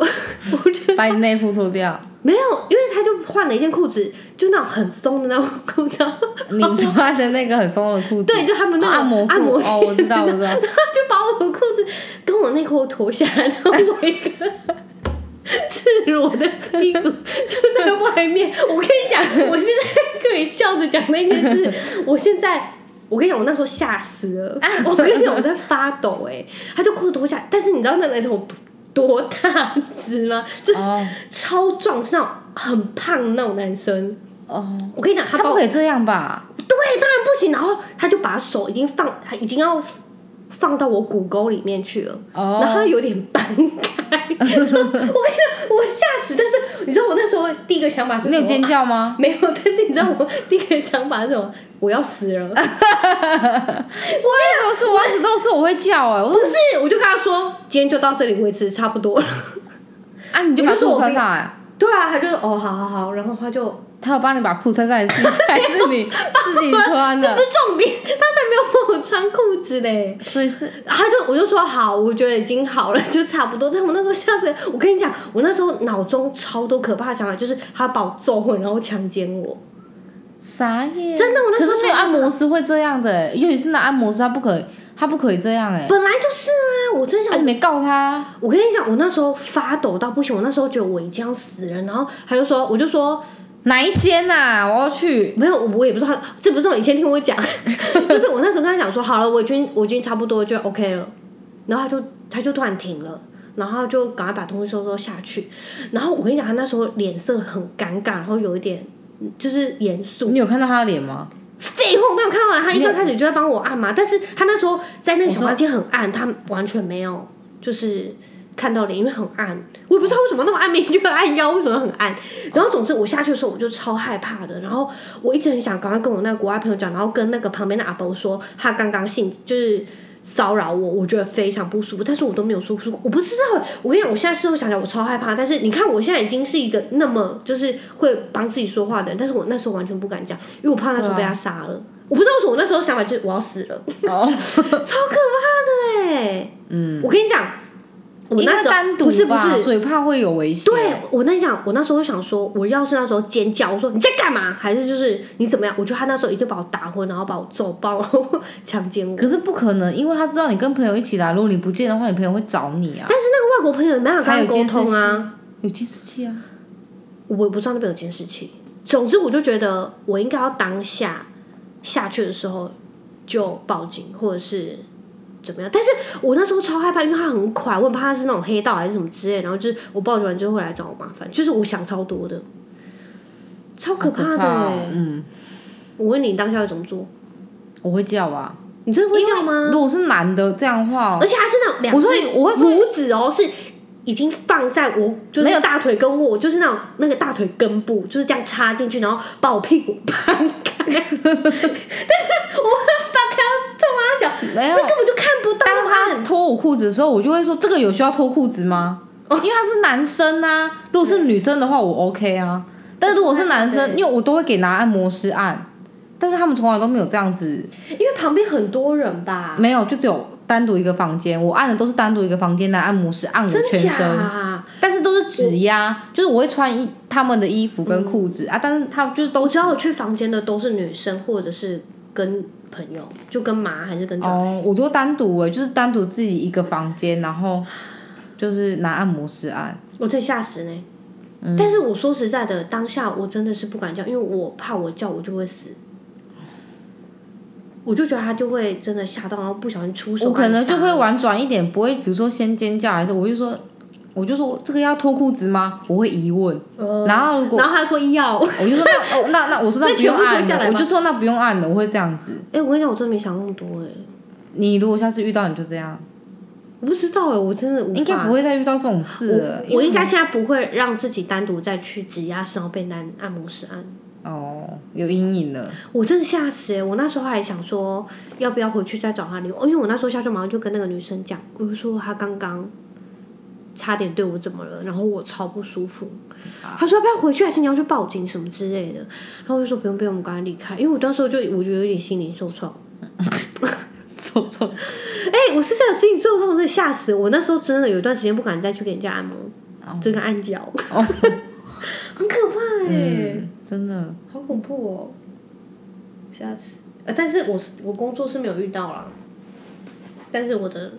Speaker 1: 觉得
Speaker 2: 把你内裤脱掉，
Speaker 1: 没有，因为他就换了一件裤子，就那种很松的那种裤子，
Speaker 2: 你穿的那个很松的裤子，
Speaker 1: 对，就他们那
Speaker 2: 哦
Speaker 1: 种
Speaker 2: 按摩裤
Speaker 1: 按摩
Speaker 2: 哦，我知 道，我知道，
Speaker 1: 然后他就把我的裤子跟我内裤脱下来，然后我一个 赤裸的屁股就在外面。我跟你讲，我现在 可以笑着讲那件事，我现在。我跟你讲，我那时候吓死 了。我跟你讲，我在发抖哎、他就裤子脱下来，但是你知道那男生有多多大只吗？就是
Speaker 2: 哦
Speaker 1: 超壮，是那种很胖的那种男生。
Speaker 2: 哦，
Speaker 1: 我跟你讲，他
Speaker 2: 他
Speaker 1: 把
Speaker 2: 不
Speaker 1: 我
Speaker 2: 可以这样吧？
Speaker 1: 对，当然不行。然后他就把手已经放，已经要放到我骨沟里面去了，
Speaker 2: 哦
Speaker 1: 然后他有点搬开。我跟你讲，我吓死！但是你知道我那时候第一个想法是什
Speaker 2: 你
Speaker 1: 么？
Speaker 2: 有尖叫吗？
Speaker 1: 没有，但是你知道我第一个想法是什么？我要死 了！
Speaker 2: 为什么是我要死都是我会叫哎、我
Speaker 1: 不
Speaker 2: 说
Speaker 1: 是，我就跟他说，今天就到这里为止，差不多了。
Speaker 2: 啊，你就把裤穿上来，
Speaker 1: 对啊，他就哦，好好好，然后他就
Speaker 2: 他有帮你把裤穿上来，你自己才是你 自己穿
Speaker 1: 这
Speaker 2: 的
Speaker 1: 不，是重点，他才没有帮我穿裤子嘞。
Speaker 2: 所以是
Speaker 1: 他就我就说好，我觉得已经好了， 就差不多。但我那时候吓死，我跟你讲，我那时候脑中超多可怕的想法，就是他把我揍昏，然后强奸我。
Speaker 2: 啥耶？
Speaker 1: 真的我那时
Speaker 2: 可
Speaker 1: 候
Speaker 2: 是没有按摩师会这样的、欸，尤其是那按摩师，他不可以，他不可以这样哎、
Speaker 1: 本来就是啊，我真
Speaker 2: 啊，
Speaker 1: 想
Speaker 2: 你，没告他，
Speaker 1: 我跟你讲，我那时候发抖到不行，我那时候觉得我已经要死了。然后他就说，我就说
Speaker 2: 哪一间呐、我要去。
Speaker 1: 没有，我也不知道，这不是重点，你先听我讲。 就是我那时候跟他讲说，好了，我已经我已经差不多就 OK 了，然后他就他就突然停了。然后就赶快把东西收收下去，然后我跟你讲，他那时候脸色很尴尬，然后有一点就是严肃。
Speaker 2: 你有看到他的脸吗？
Speaker 1: 废话，我刚有看完，他一刚开始就在帮我按嘛，但是他那时候在那个小房间很暗，他完全没有就是看到脸，因为很暗，我也不知道为什么那么暗，明明就很暗腰，为什么很暗？然后总之我下去的时候我就超害怕的，然后我一直很想赶快跟我那个国外朋友讲，然后跟那个旁边的阿伯说他刚刚性就是。骚扰我，我觉得非常不舒服，但是我都没有说出口。我不知道，我跟你讲，我现在事后想想，我超害怕。但是你看，我现在已经是一个那么就是会帮自己说话的人，但是我那时候完全不敢讲，因为我怕那时候被他杀了。我不知道为什么我那时候想法就是我要死了，
Speaker 2: 哦，
Speaker 1: 超可怕的哎、嗯，我跟你讲，我
Speaker 2: 因
Speaker 1: 那
Speaker 2: 为
Speaker 1: 时候
Speaker 2: 单独
Speaker 1: 不是不
Speaker 2: 吧
Speaker 1: 是，
Speaker 2: 所以怕会有危险。
Speaker 1: 对我跟你讲，我那时候想说，我要是那时候尖叫，我说你在干嘛，还是就是你怎么样？我觉得他那时候一定把我打昏，然后把我揍爆， 然后强奸我。
Speaker 2: 可是不可能，因为他知道你跟朋友一起来，如果你不见的话，你朋友会找你啊。
Speaker 1: 但是那个外国朋友也没办法跟
Speaker 2: 还
Speaker 1: 他
Speaker 2: 有一
Speaker 1: 沟
Speaker 2: 件事
Speaker 1: 通啊。
Speaker 2: 有监视器啊，
Speaker 1: 我也不知道那边有监视器。总之，我就觉得我应该要当下下去的时候就报警，或者是怎么样。但是我那时候超害怕，因为他很快，我很怕他是那种黑道还是什么之类。然后就是我报警完之后会来找我麻烦，就是我想超多的，超可怕的、
Speaker 2: 好
Speaker 1: 欸
Speaker 2: 哦嗯，
Speaker 1: 我问你，当下要怎么做？
Speaker 2: 我会叫吧，
Speaker 1: 你真的会
Speaker 2: 因
Speaker 1: 叫
Speaker 2: 为
Speaker 1: 吗？
Speaker 2: 如果是男的这样的话
Speaker 1: 而，且还是那种两
Speaker 2: 我说
Speaker 1: 只
Speaker 2: 我会说
Speaker 1: 拇指哦，是已经放在我就是
Speaker 2: 没有
Speaker 1: 大腿根我，就是那种那个大腿根部，就是这样插进去，然后把我屁股掰开。但是我掰开我冲他讲，
Speaker 2: 没有
Speaker 1: 那根本就看不到
Speaker 2: 当
Speaker 1: 啊。
Speaker 2: 他脱我裤子的时候，我就会说这个有需要脱裤子吗？ 因为他是男生啊，如果是女生的话，我 OK 啊。但是如果是男生，因为我都会给拿按摩师按，但是他们从来都没有这样子，
Speaker 1: 因为旁边很多人吧，
Speaker 2: 没有就只有单独一个房间，我按的都是单独一个房间的按摩师按我
Speaker 1: 真
Speaker 2: 全身。
Speaker 1: 假？
Speaker 2: 但是都是指压，就是我会穿衣他们的衣服跟裤子、
Speaker 1: 嗯
Speaker 2: 啊，但是他就是都
Speaker 1: 我知道我去房间的都是女生，或者是跟朋友，就跟妈还是跟舅。
Speaker 2: 哦，我都单独
Speaker 1: 欸
Speaker 2: 哎、就是单独自己一个房间，然后就是拿按摩师按，
Speaker 1: 我真的吓死呢。
Speaker 2: 嗯
Speaker 1: 但是我说实在的，当下我真的是不敢叫，因为我怕我叫我就会死，我就觉得他就会真的吓到，然后不小心出手。
Speaker 2: 我可能就会
Speaker 1: 按
Speaker 2: 婉转一点，不会比如说先尖叫还是我就说。我就说这个要脱裤子吗？我会疑问，然后如
Speaker 1: 杀，
Speaker 2: 果
Speaker 1: 嗯然后他说要。
Speaker 2: 我就说那、哦、那那我说那
Speaker 1: 那
Speaker 2: 不
Speaker 1: 全
Speaker 2: 用
Speaker 1: 部脱
Speaker 2: 按
Speaker 1: 下来
Speaker 2: 了，
Speaker 1: 吗
Speaker 2: 我就说那不用按了，我会这样子。
Speaker 1: 哎、我跟你讲，我真的没想那么多哎、
Speaker 2: 你如果下次遇到你就这样，
Speaker 1: 我不知道哎、我真的无法
Speaker 2: 应该不会再遇到这种事了。
Speaker 1: 我
Speaker 2: 因为
Speaker 1: 应该现在不会让自己单独再去指压室，然后被男按摩师按。
Speaker 2: 哦有阴影 了，
Speaker 1: 我真的吓死哎、我那时候还想说，要不要回去再找他聊？哦因为我那时候下去马上就跟那个女生讲，我就说他刚刚差点对我怎么了，然后我超不舒服。他说要不要回去，还是你要去报警什么之类的？然后我就说不用不用，我们赶快离开，因为我当时候就我觉得有点心灵受创。
Speaker 2: 受创。
Speaker 1: 哎、哎、我是这样心理之后，我真的吓死我。那时候真的有一段时间不敢再去给人家按摩，这个按脚， 很可怕哎、
Speaker 2: 嗯，真的，
Speaker 1: 好恐怖哦！下次，呃，但是我是我工作是没有遇到啦，但是我的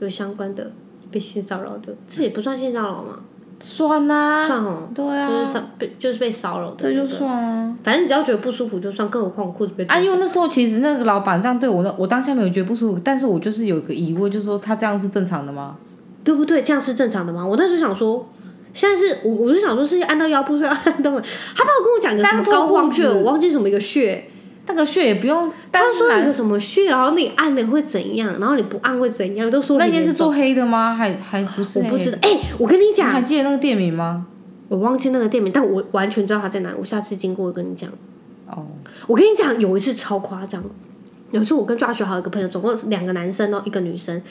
Speaker 1: 有相关的被性骚扰的，这也不算性骚扰吗？
Speaker 2: 算啊，
Speaker 1: 算哦，
Speaker 2: 对
Speaker 1: 就是
Speaker 2: 啊，
Speaker 1: 骚被就是被骚扰的，
Speaker 2: 这就
Speaker 1: 对不对
Speaker 2: 算啊。
Speaker 1: 反正你只要觉得不舒服就算，更何况我裤子被
Speaker 2: 啊，因为那时候其实那个老板这样对我，那我当下没有觉得不舒服，但是我就是有一个疑问，就是说他这样是正常的吗？
Speaker 1: 对不对？这样是正常的吗？我那时候想说，现在是我我就想说是按到腰部是要按到，他把我跟我讲一个什么
Speaker 2: 当做
Speaker 1: 高
Speaker 2: 裤
Speaker 1: 肓穴，
Speaker 2: 子
Speaker 1: 我忘记什么一个穴，
Speaker 2: 那个血也不用，但
Speaker 1: 他
Speaker 2: 是
Speaker 1: 说有一
Speaker 2: 那
Speaker 1: 个什么穴，然后你按了会怎样，然后你不按会怎样，都说
Speaker 2: 那
Speaker 1: 你
Speaker 2: 天是
Speaker 1: 严重
Speaker 2: 做黑的吗？还还不是、
Speaker 1: 我
Speaker 2: 欸？
Speaker 1: 不知道，哎、我跟你
Speaker 2: 你还
Speaker 1: 讲，
Speaker 2: 记得那个店名吗？
Speaker 1: 我忘记那个店名，但我完全知道他在哪，我下次经过我跟你讲。
Speaker 2: 哦，
Speaker 1: 我跟你讲，有一次超夸张，有一次我跟 Josh 还有一个朋友，总共是两个男生哦，一个女生。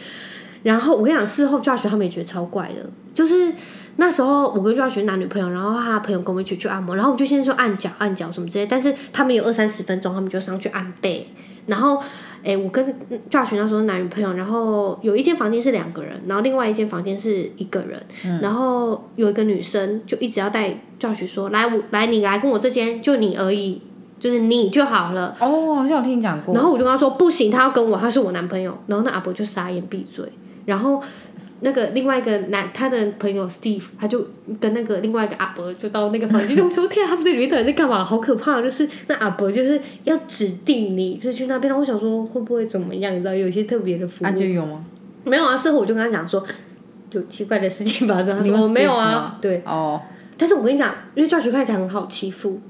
Speaker 1: 然后我跟你讲，事后 Josh 他们也觉得超怪的，就是那时候我跟 Josh 男女朋友，然后他朋友跟我们一起去按摩，然后我们就先说按脚、按脚什么之类，但是他们有二三十分钟，他们就上去按背，然后。诶，我跟 Josh 那时候是男女朋友，然后有一间房间是两个人，然后另外一间房间是一个人，然后有一个女生就一直要带 Josh 说，来我来你来跟我这间，就你而已，就是你就好了。
Speaker 2: 哦，好像有听你讲过。
Speaker 1: 然后我就跟他说不行，他要跟我，他是我男朋友。然后那阿伯就傻眼闭嘴。然后那个另外一个男他的朋友 Steve，他就跟那个另外一个阿伯就到那个房间，我说天、啊，他们这里面到底在干嘛？好可怕！就是那阿伯就是要指定你，就去那边。然后我想说会不会怎么样？你知道有一些特别的服务、
Speaker 2: 啊，就有吗？
Speaker 1: 没有啊？事后我就跟他讲说。有奇怪的事情发生，他
Speaker 2: 你
Speaker 1: 说
Speaker 2: 问
Speaker 1: 我没有
Speaker 2: Steve
Speaker 1: 啊
Speaker 2: 吗，
Speaker 1: 对，
Speaker 2: 哦，
Speaker 1: 但是我跟你讲，因为 Josh 看起来很好欺负，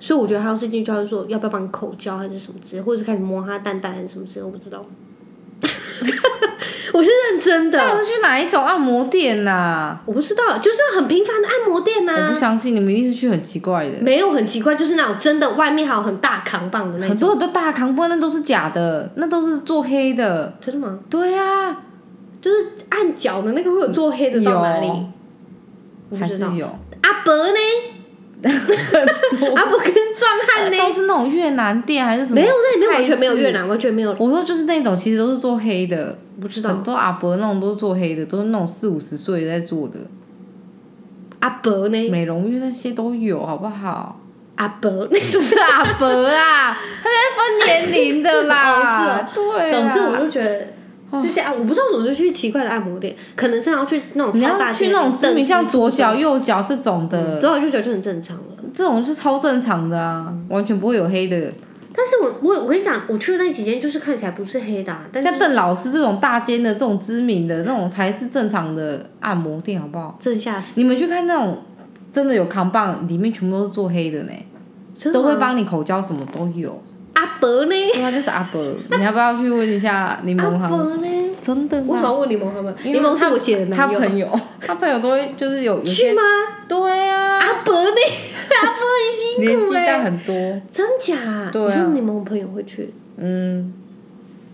Speaker 1: 所以我觉得他要是进去，他就说要不要帮你口交还是什么之类，或者是开始摸他蛋蛋还是什么之类，我不知 道。我是认真
Speaker 2: 到
Speaker 1: 的，
Speaker 2: 底是去哪一种按摩店呐、
Speaker 1: 我不知道，就是很频繁的按摩店呐、
Speaker 2: 我不相信你们一定是去很奇怪的，
Speaker 1: 没有很奇怪，就是那种真的外面还有很大扛棒的那
Speaker 2: 很
Speaker 1: 种。
Speaker 2: 多很多大扛波那都是假的，那都是做黑的。
Speaker 1: 真的吗？
Speaker 2: 对啊，
Speaker 1: 就是按脚的那个会有做黑的到哪里？我不
Speaker 2: 还
Speaker 1: 知
Speaker 2: 是
Speaker 1: 道。
Speaker 2: 有，
Speaker 1: 阿伯 呢？阿伯跟壮汉呢？
Speaker 2: 都是那种越南店还是什么？
Speaker 1: 没有，那里面完全没有
Speaker 2: 泰式
Speaker 1: 越。南，完全没有，
Speaker 2: 我说就是那种，其实都是做黑的，
Speaker 1: 我不知道。
Speaker 2: 很多阿伯那种都是做黑的，都是那种四五十岁在做的，
Speaker 1: 阿伯呢？
Speaker 2: 美容院那些都有，好不好？
Speaker 1: 阿伯。
Speaker 2: 就是阿伯 啊，他们在分年龄的啦
Speaker 1: 哦，
Speaker 2: 对啊
Speaker 1: 总
Speaker 2: 啦。
Speaker 1: 之，我就觉得这些啊，我不知道怎么就去奇怪的按摩店，可能真的要去那种
Speaker 2: 你
Speaker 1: 超
Speaker 2: 要
Speaker 1: 大
Speaker 2: 去那种知
Speaker 1: 证
Speaker 2: 名，像左脚、右脚这种的，
Speaker 1: 左右就觉得就很正常了。
Speaker 2: 这种是超正常的啊，完全不会有黑的。
Speaker 1: 但是我我我跟你讲，我去的那几间就是看起来不是黑的啊、但是
Speaker 2: 像邓老师这种大间的、这种知名的、那种才是正常的按摩店，好不好？
Speaker 1: 真吓死，
Speaker 2: 你们去看那种真的有扛棒，里面全部都是做黑的呢，
Speaker 1: 真的
Speaker 2: 都
Speaker 1: 吗
Speaker 2: 会帮你口交，什么都有。
Speaker 1: 啊阿伯呢，
Speaker 2: 对啊，就是阿伯，你要不要去问一下柠
Speaker 1: 阿
Speaker 2: 檬他们？
Speaker 1: 伯呢，
Speaker 2: 真的
Speaker 1: 我
Speaker 2: 吗？
Speaker 1: 喜欢问柠檬他们，
Speaker 2: 因为
Speaker 1: 柠檬是我姐的
Speaker 2: 他
Speaker 1: 男友，
Speaker 2: 朋友，他朋友都会就是有有
Speaker 1: 去
Speaker 2: 些
Speaker 1: 吗？
Speaker 2: 对啊，
Speaker 1: 阿伯呢， 阿伯很
Speaker 2: 年
Speaker 1: 辛苦
Speaker 2: 纪大
Speaker 1: 哎，
Speaker 2: 很多，
Speaker 1: 真假？
Speaker 2: 对啊
Speaker 1: 你说柠檬朋友会去，
Speaker 2: 嗯，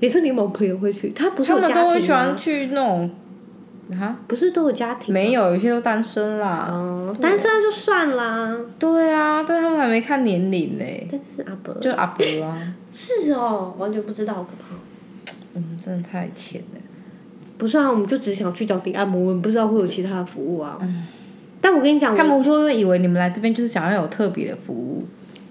Speaker 1: 你说柠檬朋友会去，他不是
Speaker 2: 他
Speaker 1: 有
Speaker 2: 们
Speaker 1: 家
Speaker 2: 都会
Speaker 1: 庭
Speaker 2: 喜欢
Speaker 1: 吗，
Speaker 2: 去那种啊，
Speaker 1: 不是都有家庭吗？
Speaker 2: 没有，有些都单身啦。
Speaker 1: 哦，单身那就算啦。
Speaker 2: 对啊，但他们还没看年龄嘞，
Speaker 1: 但是阿伯
Speaker 2: 就阿伯啊，
Speaker 1: 是哦，完全不知道，好可怕。
Speaker 2: 我们嗯真的太浅了。
Speaker 1: 不是啊，我们就只想去找你按摩，我们不知道会有其他的服务啊。但我跟你讲，
Speaker 2: 他
Speaker 1: 我
Speaker 2: 们就会以为你们来这边就是想要有特别的服务，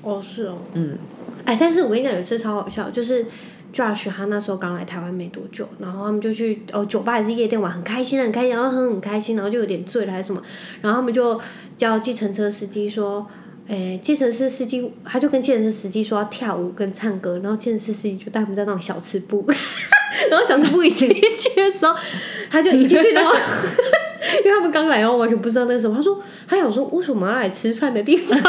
Speaker 1: 哦是哦，
Speaker 2: 嗯，
Speaker 1: 哎，但是我跟你讲，有一次超好笑，就是 Josh 他那时候刚来台湾没多久，然后他们就去哦酒吧还是夜店玩，很开心很开心，然后很很开心，然后就有点醉了还是什么，然后他们就叫计程车司机说。哎，计程车司机他就跟计程车司机说要跳舞跟唱歌，然后计程车司机就带他们在那种小吃部， 然后小吃部一进去的时候，他就一进去，然后 因为他们刚来，然后完全不知道那是什么，他说他想说为什么要来吃饭的地方，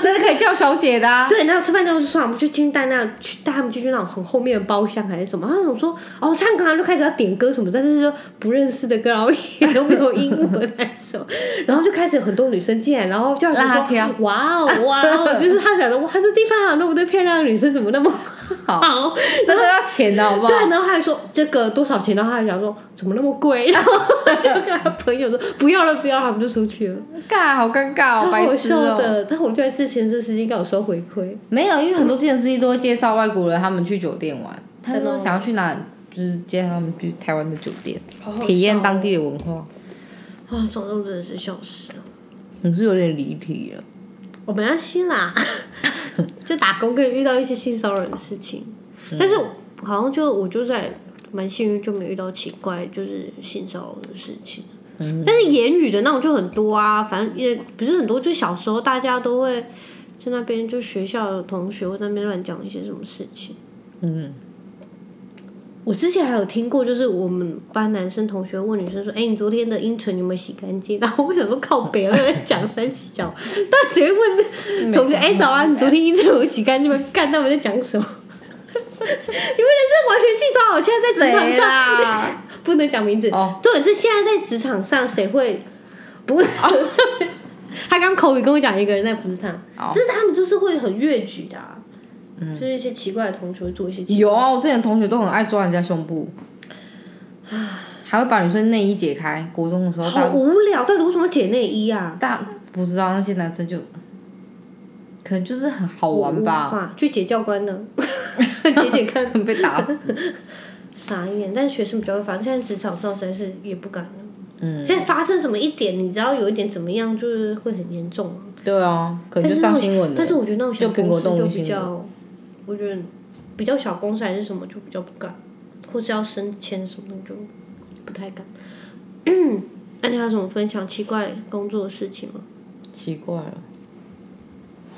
Speaker 2: 真的可以叫小姐的、啊。
Speaker 1: 对，然后吃饭之后就算了，我们去清淡那去带他们进去那种很后面的包厢还是什么。然后我想说哦，唱歌他们就开始要点歌什么，但是就不认识的歌，然后也都没有英文还是什么，然后就开始很多女生进来，然后就
Speaker 2: 让她挑
Speaker 1: 说哇哦哇哦，就是他想的哇，这地方啊，那么多漂亮的女生怎么那么
Speaker 2: 好
Speaker 1: 好？
Speaker 2: 那都要钱的好不好？
Speaker 1: 对，然后他还说这个多少钱，然后他还想说怎么那么贵， 然后就跟他朋友说不要了不要了，他们就出去了，
Speaker 2: 尬，好尴尬、
Speaker 1: 超
Speaker 2: 哦，白
Speaker 1: 好
Speaker 2: 痴
Speaker 1: 笑
Speaker 2: 哦、
Speaker 1: 的。但我就在之前这司机跟我说回馈。
Speaker 2: 没有，因为很多健身司机都会介绍外国人他们去酒店玩，他就是想要去哪，就是接他们去台湾的酒店，
Speaker 1: 好好
Speaker 2: 体验
Speaker 1: 笑
Speaker 2: 当地的文化。
Speaker 1: 啊，总共真的是笑死了。
Speaker 2: 你是有点离题了。
Speaker 1: 我没关系啦， 就打工可以遇到一些性骚扰的事情，但是好像就我就在蛮幸运，就没遇到奇怪就是性骚扰的事情。但是言语的那种就很多啊，反正也不是很多，就小时候大家都会在那边就学校的同学会在那边乱讲一些什么事情。
Speaker 2: 嗯，
Speaker 1: 我之前还有听过，就是我们班男生同学问女生说：“哎、你昨天的阴唇有没有洗干净？”然后我们想说靠北，我在讲三小，但谁会 问同学：“哎、早安，你昨天阴唇有没有洗干净吗？”看他们在讲什么。 你们这完全性骚扰！现在在职场
Speaker 2: 谁
Speaker 1: 上
Speaker 2: 啦？
Speaker 1: 不能讲名字。
Speaker 2: 哦，
Speaker 1: 重点是现在在职场上谁会不？ 他刚口语跟我讲一个人在职场，
Speaker 2: 哦嗯
Speaker 1: 就是他们就是会很越矩的、啊，就是一些奇怪的同学会做一些奇怪
Speaker 2: 有啊，我之前同学都很爱抓人家胸 部，还会把女生内衣解开。国中的时候，
Speaker 1: 好
Speaker 2: 大
Speaker 1: 无聊，到底为什么要解内衣啊？
Speaker 2: 大不知道那些男生就可能就是很好玩吧，
Speaker 1: 哇，去解教官呢， 解解看，
Speaker 2: 被打死。
Speaker 1: 傻眼。但是学生比较会发，现在职场上实在是也不敢了。
Speaker 2: 嗯，
Speaker 1: 现在发生什么一点，你只要有一点怎么样，就是会很严重啊。
Speaker 2: 对啊，可
Speaker 1: 但
Speaker 2: 能就是上
Speaker 1: 那
Speaker 2: 新闻
Speaker 1: 种，
Speaker 2: 了。
Speaker 1: 但是我觉得那种小
Speaker 2: 就苹
Speaker 1: 公
Speaker 2: 果
Speaker 1: 司
Speaker 2: 动
Speaker 1: 就
Speaker 2: 新
Speaker 1: 比较，我觉得比较小公司还是什么就比较不敢，或是要升迁什么的就不太敢。 那你还有什么分享奇怪工作的事情吗？
Speaker 2: 奇怪了，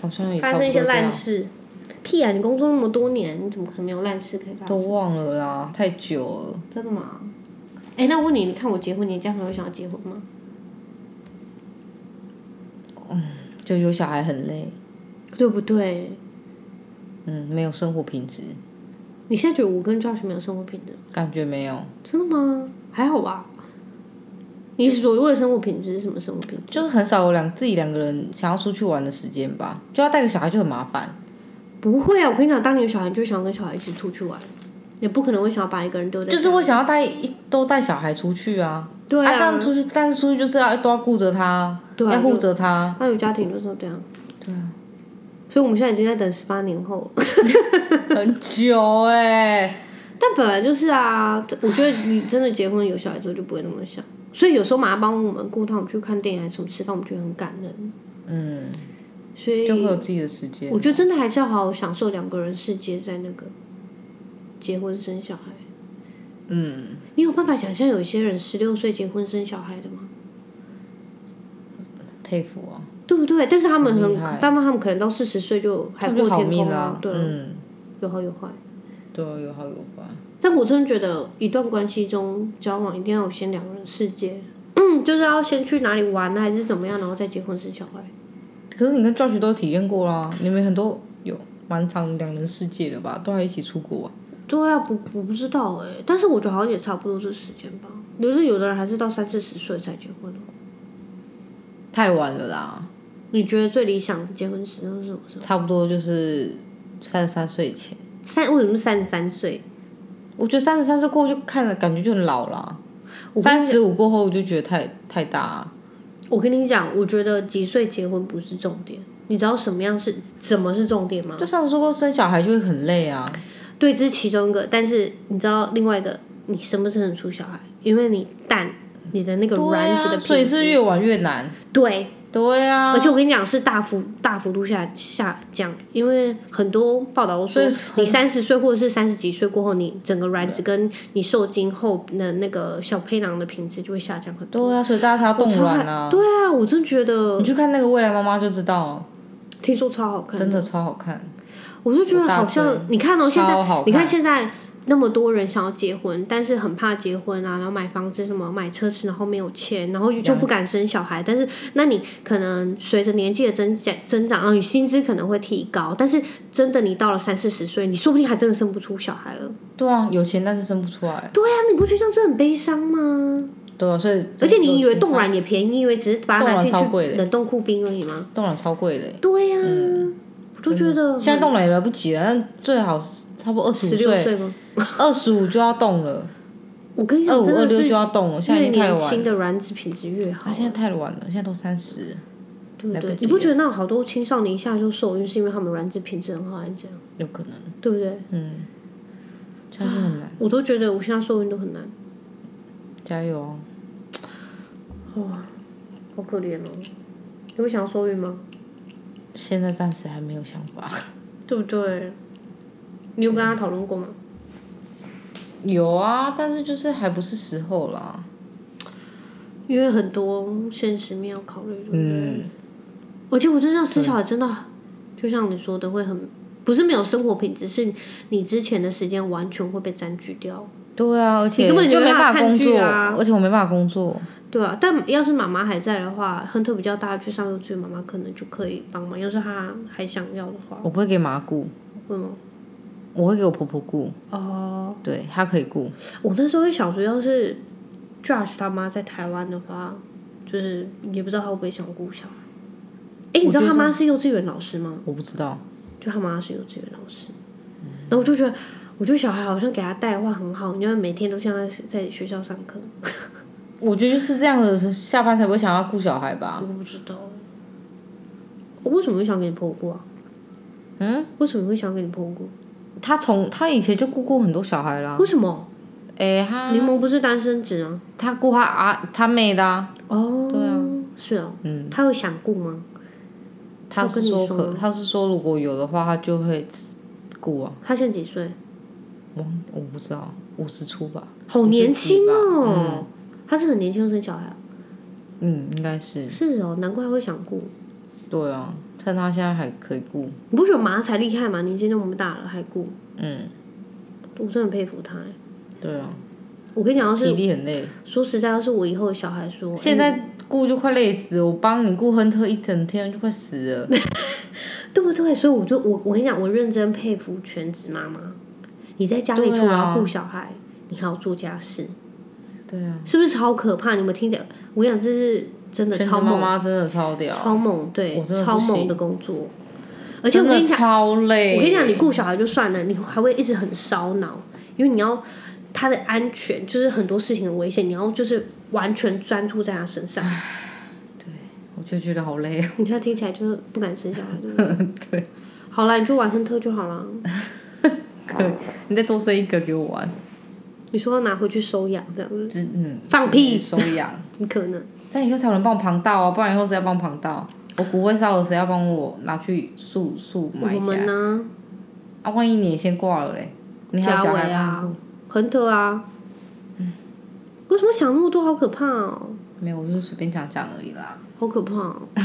Speaker 2: 好像也
Speaker 1: 发
Speaker 2: 差不
Speaker 1: 生
Speaker 2: 多
Speaker 1: 一些
Speaker 2: 这
Speaker 1: 烂
Speaker 2: 样，
Speaker 1: 事。屁啊！你工作那么多年，你怎么可能没有烂事可以发
Speaker 2: 都
Speaker 1: 生？
Speaker 2: 忘了啦，太久了。
Speaker 1: 真的吗？哎、那我问你，你看我结婚，你将来会想要结婚吗？
Speaker 2: 就有小孩很累，
Speaker 1: 对不对？
Speaker 2: 嗯，没有生活品质，
Speaker 1: 你现在觉得我跟 Josh 没有生活品质，
Speaker 2: 感觉没有，
Speaker 1: 真的吗？还好吧。你所谓的生活品质是什么生活品质？
Speaker 2: 就是很少有两自己两个人想要出去玩的时间吧，就要带个小孩就很麻烦。
Speaker 1: 不会啊！我跟你讲，当你有小孩，你就想跟小孩一起出去玩，也不可能会想要把一个人丢在家。
Speaker 2: 就是会想要带一都带小孩出去啊，
Speaker 1: 对
Speaker 2: 这样出去，但是出去就是要都要顾着他，
Speaker 1: 对啊
Speaker 2: 要顾着他，
Speaker 1: 那有家庭就是这样。对啊。所以我们现在已经在等十八年后了。
Speaker 2: 很久哎、
Speaker 1: 但本来就是啊，这我觉得你真的结婚有小孩之后就不会那么想，所以有时候妈妈帮我们顾他，我们去看电影还是什么吃饭，我们觉得很感人。
Speaker 2: 嗯，
Speaker 1: 所
Speaker 2: 就会
Speaker 1: 以
Speaker 2: 有自己的时间啊
Speaker 1: 我。觉得真的还是要好好享受两个人世界，在那个结婚生小孩。
Speaker 2: 嗯，
Speaker 1: 你有办法想象有些人十六岁结婚生小孩的吗？
Speaker 2: 佩服啊，
Speaker 1: 对不对？但是他们
Speaker 2: 很厉
Speaker 1: 很，
Speaker 2: 害
Speaker 1: 但他们可能到四十岁就海
Speaker 2: 这
Speaker 1: 阔
Speaker 2: 样就好
Speaker 1: 天
Speaker 2: 命
Speaker 1: 空
Speaker 2: 啦、
Speaker 1: 对啊，
Speaker 2: 嗯，
Speaker 1: 有好有坏。
Speaker 2: 对啊，有好有坏。
Speaker 1: 但我真的觉得，一段关系中交往一定要有先两人世界，嗯，就是要先去哪里玩啊还是怎么样，然后再结婚生小孩。
Speaker 2: 可是你跟 Josh 都体验过啦，你们很多有蛮长两人世界的吧，都还一起出国、啊。
Speaker 1: 对啊，不，我不知道哎、但是我觉得好像也差不多这时间吧。就是有的人还是到三四十岁才结婚哦
Speaker 2: 太晚了啦，
Speaker 1: 你觉得最理想的结婚时间是什么时候？
Speaker 2: 差不多就是三十三岁以前。
Speaker 1: 三为什么三十三岁？
Speaker 2: 我觉得三十三岁过后就看着感觉就很老了，
Speaker 1: 我跟
Speaker 2: 三
Speaker 1: 你
Speaker 2: 十五过后我就觉得太太大、啊。
Speaker 1: 我跟你讲，我觉得几岁结婚不是重点，你知道什么样是什么是重点吗？
Speaker 2: 就上次说过生小孩就会很累啊，
Speaker 1: 对，这是其中一个，但是你知道另外一个，你生不生得出小孩，因为你蛋你的那个卵子的
Speaker 2: 啊所以
Speaker 1: 品
Speaker 2: 是
Speaker 1: 质，
Speaker 2: 越晚越难。
Speaker 1: 对，
Speaker 2: 对啊，
Speaker 1: 而且我跟你讲是大幅大幅度下下降，因为很多报道都说
Speaker 2: 所以很
Speaker 1: 你三十岁或者是三十几岁过后，你整个卵子跟你受精后的那个小胚囊的品质就会下降很多。
Speaker 2: 对啊，所以大家才要冻卵啊。
Speaker 1: 对啊，我真觉得
Speaker 2: 你去看那个未来妈妈就知道，
Speaker 1: 听说超好看，
Speaker 2: 真的超好看。
Speaker 1: 我就觉得
Speaker 2: 我大
Speaker 1: 好像
Speaker 2: 推
Speaker 1: 你看哦，现
Speaker 2: 超
Speaker 1: 在
Speaker 2: 好看
Speaker 1: 你看现在那么多人想要结婚，但是很怕结婚啊，然后买房子什么买车子，然后没有钱，然后就不敢生小孩。但是那你可能随着年纪的增加增长，然后你薪资可能会提高，但是真的你到了三四十岁，你说不定还真的生不出小孩了。
Speaker 2: 对啊，有钱但是生不出来。
Speaker 1: 对啊，你不觉得这样真的很悲伤吗？
Speaker 2: 对啊，所以
Speaker 1: 而且你以为冻卵也便宜，你以为只是把它拿进
Speaker 2: 冻卵超贵
Speaker 1: 去
Speaker 2: 的
Speaker 1: 冷冻库冰而已吗？
Speaker 2: 冻卵超贵的欸。
Speaker 1: 对呀、我就觉得
Speaker 2: 现在冻卵也来不及了，但最好是差不多二十
Speaker 1: 十六
Speaker 2: 岁，
Speaker 1: 岁吗？
Speaker 2: 二十五就要冻了，
Speaker 1: 我跟你
Speaker 2: 二
Speaker 1: 讲，
Speaker 2: 五
Speaker 1: 真
Speaker 2: 二
Speaker 1: 的
Speaker 2: 六
Speaker 1: 是
Speaker 2: 就要冻了，现在
Speaker 1: 越
Speaker 2: 已经太
Speaker 1: 年
Speaker 2: 晚
Speaker 1: 轻
Speaker 2: 了。
Speaker 1: 的卵子品质越好
Speaker 2: 啊，，现在太晚了，现在都三十。
Speaker 1: 对不
Speaker 2: 来不
Speaker 1: 对？
Speaker 2: 及
Speaker 1: 你不觉得那种好多青少年一下就受孕，是因为他们卵子品质很好，还是怎样？
Speaker 2: 有可能，
Speaker 1: 对不对？
Speaker 2: 嗯，加油嗯
Speaker 1: 啊
Speaker 2: 很难，
Speaker 1: 我都觉得我现在受孕都很难，
Speaker 2: 加油哦！
Speaker 1: 好可怜哦。你会想要受孕吗？
Speaker 2: 现在暂时还没有想法。
Speaker 1: 对不对？你有跟他讨论过吗？
Speaker 2: 有啊，但是就是还不是时候啦。
Speaker 1: 因为很多现实面要考虑，对不对？
Speaker 2: 嗯，
Speaker 1: 而且我觉得这样生小孩真的，就像你说的，会很不是没有生活品质，是你之前的时间完全会被占据掉。
Speaker 2: 对啊，而且
Speaker 1: 你根本就
Speaker 2: 就
Speaker 1: 没
Speaker 2: 没
Speaker 1: 办法
Speaker 2: 办法
Speaker 1: 看
Speaker 2: 工
Speaker 1: 剧
Speaker 2: 作，
Speaker 1: 啊
Speaker 2: 而且我没办法工作。
Speaker 1: 对啊，但要是妈妈还在的话，亨特比较大去上幼稚园，妈妈可能就可以帮忙。要是他还想要的话，
Speaker 2: 我不会给妈顾，
Speaker 1: 为什么？
Speaker 2: 我会给我婆婆顾，
Speaker 1: 哦，
Speaker 2: 对她可以顾。
Speaker 1: 我那时候会想说，要是 Josh 他妈在台湾的话，就是也不知道他会不会想顾小孩。哎、你知道他妈是幼稚园老师吗？
Speaker 2: 我不知道，
Speaker 1: 就他妈是幼稚园老师，然后我就觉得，我觉得小孩好像给他带的话很好，你要每天都像在在学校上课。
Speaker 2: 我觉得就是这样的，下班才不会想要顾小孩吧。
Speaker 1: 我不知道，我为什么会想给你婆姑啊？嗯？为什么会想给你婆姑？
Speaker 2: 她从她以前就顾过很多小孩啦。
Speaker 1: 为什么？
Speaker 2: 哎、她
Speaker 1: 柠檬不是单身子啊？
Speaker 2: 她顾她啊她妹的、啊，
Speaker 1: 哦，对啊，是啊，嗯，他有想顾吗？
Speaker 2: 她
Speaker 1: 她跟
Speaker 2: 是
Speaker 1: 你
Speaker 2: 说
Speaker 1: 说
Speaker 2: 可，她是说如果有的话，她就会顾啊。
Speaker 1: 他现在几岁？
Speaker 2: 我我不知道，五十出吧。
Speaker 1: 好年轻哦、他是很年轻就生小孩啊，
Speaker 2: 嗯，应该是
Speaker 1: 是哦，难怪他会想顾。
Speaker 2: 对啊，趁她现在还可以顾。
Speaker 1: 你不觉得妈才厉害吗？年纪那么大了还顾，
Speaker 2: 嗯，
Speaker 1: 我真的很佩服他、欸。
Speaker 2: 对啊，
Speaker 1: 我跟你讲，要
Speaker 2: 体
Speaker 1: 是
Speaker 2: 力很累。
Speaker 1: 说实在，要是我以后的小孩说，
Speaker 2: 现
Speaker 1: 欸
Speaker 2: 在顾就快累死，我帮你顾亨特一整天就快死了。
Speaker 1: 对不对？所以我就我我跟你讲，我认真佩服全职妈妈。你在家里除
Speaker 2: 对
Speaker 1: 了
Speaker 2: 啊
Speaker 1: 要顾小孩，你还要做家事，
Speaker 2: 对啊，
Speaker 1: 是不是超可怕？你们听着，我跟你讲，这是真的
Speaker 2: 全职
Speaker 1: 超
Speaker 2: 妈
Speaker 1: 猛，
Speaker 2: 妈真的超屌，
Speaker 1: 超猛，对，
Speaker 2: 我真的不
Speaker 1: 超猛
Speaker 2: 行
Speaker 1: 的工作。而且我跟你
Speaker 2: 真的
Speaker 1: 讲，
Speaker 2: 超累。
Speaker 1: 我跟你讲，你顾小孩就算了，你还会一直很烧脑，因为你要他的安全，就是很多事情的危险，你要就是完全专注在他身上。
Speaker 2: 我就觉得好累 哦。
Speaker 1: 你看听起来就是不敢生小孩，对不对？ 对。好了，你就玩亨特就好了。
Speaker 2: 你再多生一个给我玩，
Speaker 1: 你说要拿回去收养这样子，
Speaker 2: 只嗯
Speaker 1: 放屁，
Speaker 2: 收 养，
Speaker 1: 你可能
Speaker 2: 这样以后才有人帮我旁道啊，不然以后谁要帮我旁道？我骨灰烧了，谁要帮我拿去树树埋
Speaker 1: 我
Speaker 2: 起
Speaker 1: 们
Speaker 2: 来？
Speaker 1: 呢？
Speaker 2: 啊，万一你也先挂了嘞，你还有
Speaker 1: 嘉
Speaker 2: 小
Speaker 1: 伟
Speaker 2: 孩吗？
Speaker 1: 啊，亨特啊，为什么想那么多？好可怕哦，
Speaker 2: 没有，我是随便讲讲而已啦。
Speaker 1: 好可怕哦。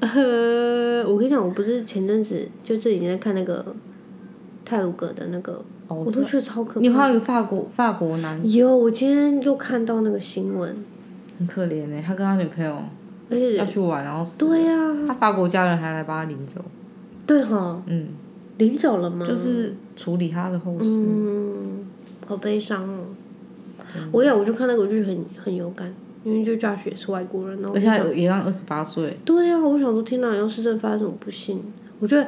Speaker 1: 呃，我跟你讲，我不是前阵子就这几天在看那个泰鲁格的那个，
Speaker 2: 哦
Speaker 1: 我都觉得超可
Speaker 2: 你
Speaker 1: 怕。
Speaker 2: 还有一个法国法国男，
Speaker 1: 有，我今天又看到那个新闻，
Speaker 2: 很可怜呢、他跟他女朋友
Speaker 1: 而且
Speaker 2: 要去玩，然后死了
Speaker 1: 对呀、啊，
Speaker 2: 他法国家人还来把他领走，
Speaker 1: 对哈，
Speaker 2: 嗯，
Speaker 1: 领走了吗？
Speaker 2: 就是处理他的后事。
Speaker 1: 嗯，好悲伤哦。我也我就看那个，我就很很有感，因为就 Josh 也是外国人，然后
Speaker 2: 而且他有也让二十八岁，
Speaker 1: 对啊，我想说，天哪，要是真的发生什么不幸，我觉得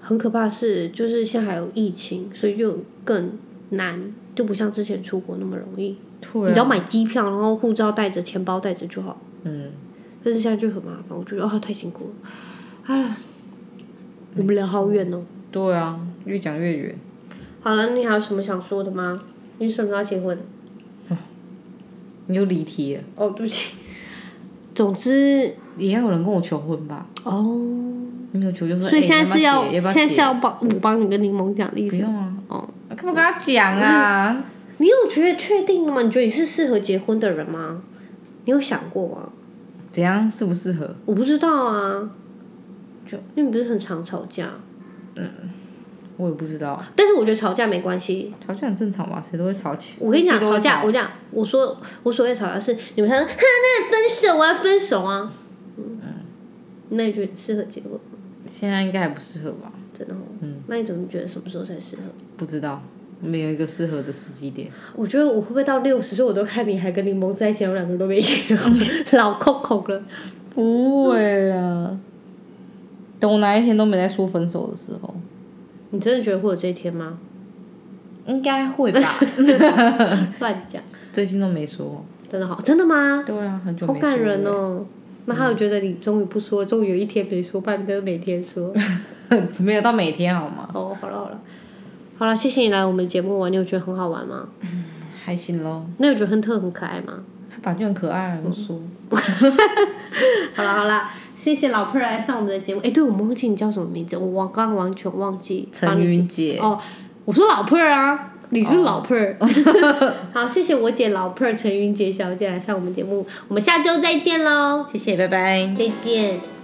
Speaker 1: 很可怕的是，就是现在还有疫情，所以就更难，就不像之前出国那么容易。
Speaker 2: 对啊
Speaker 1: 你只要买机票，然后护照带着，钱包带着就好。
Speaker 2: 嗯，
Speaker 1: 但是现在就很麻烦，我觉得哦太辛苦了，哎呀，我们聊好远哦。
Speaker 2: 对啊，越讲越远。
Speaker 1: 好了，你还有什么想说的吗？你什么时候要结婚？
Speaker 2: 你又离题了，
Speaker 1: 哦，对不起。总之，
Speaker 2: 也要有人跟我求婚吧？
Speaker 1: 哦，
Speaker 2: 没有求就是，哎
Speaker 1: 所以现在是
Speaker 2: 要
Speaker 1: 要，
Speaker 2: 不要结要不要
Speaker 1: 现在
Speaker 2: 结
Speaker 1: 是要帮我帮你跟柠檬讲的意
Speaker 2: 不
Speaker 1: 思。
Speaker 2: 用啊，
Speaker 1: 哦，
Speaker 2: 啊干嘛跟他讲啊？
Speaker 1: 你有觉得确定了吗？你觉得你是适合结婚的人吗？你有想过吗？
Speaker 2: 怎样适不适合？
Speaker 1: 我不知道啊，
Speaker 2: 就
Speaker 1: 因为你不是很常吵架，
Speaker 2: 我也不知道，
Speaker 1: 但是我觉得吵架没关系。
Speaker 2: 吵架很正常吧，谁都会吵起。
Speaker 1: 我跟你讲，
Speaker 2: 谁都
Speaker 1: 吵
Speaker 2: 会
Speaker 1: 架，我讲，我说我所谓吵架是你们常常哼，那分手啊，分手啊，嗯，那你觉得你适合结婚吗？
Speaker 2: 现在应该还不适合吧？
Speaker 1: 真的哦，
Speaker 2: 嗯
Speaker 1: 那你怎么觉得什么时候才适合？
Speaker 2: 不知道，没有一个适合的时机点。
Speaker 1: 我觉得我会不会到六十岁，我都看你还跟柠檬在一起，我们两个都没结婚， 老扣扣了。
Speaker 2: 不会啊，等我哪一天都没在说分手的时候，
Speaker 1: 你真的觉得会有这一天 吗？
Speaker 2: 应该 会吧？
Speaker 1: 乱讲，
Speaker 2: 最近都没说。
Speaker 1: 真的好，真的吗？
Speaker 2: 对啊，很久
Speaker 1: 好
Speaker 2: 没说
Speaker 1: 感人
Speaker 2: 了。
Speaker 1: 哦。那他有觉得你终于不说，终于有一天没说，半哥每天说。
Speaker 2: 没有到每天好吗？
Speaker 1: 哦，好了好了，好了，谢谢你来我们节目玩，你有觉得很好玩吗？
Speaker 2: 还行喽，
Speaker 1: 那有觉得亨特很可爱吗？
Speaker 2: 他本来就很可爱了，我说。
Speaker 1: 好了好了，谢谢老婆来上我们的节目。哎、对，我们忘记你叫什么名字，我忘刚刚完全忘记。
Speaker 2: 陈云姐，
Speaker 1: 哦，我说老婆啊，你
Speaker 2: 哦
Speaker 1: 是老婆。 好，谢谢我姐老婆陈云杰小姐来上我们节目，我们下周再见喽，
Speaker 2: 谢谢，拜拜。
Speaker 1: 再见。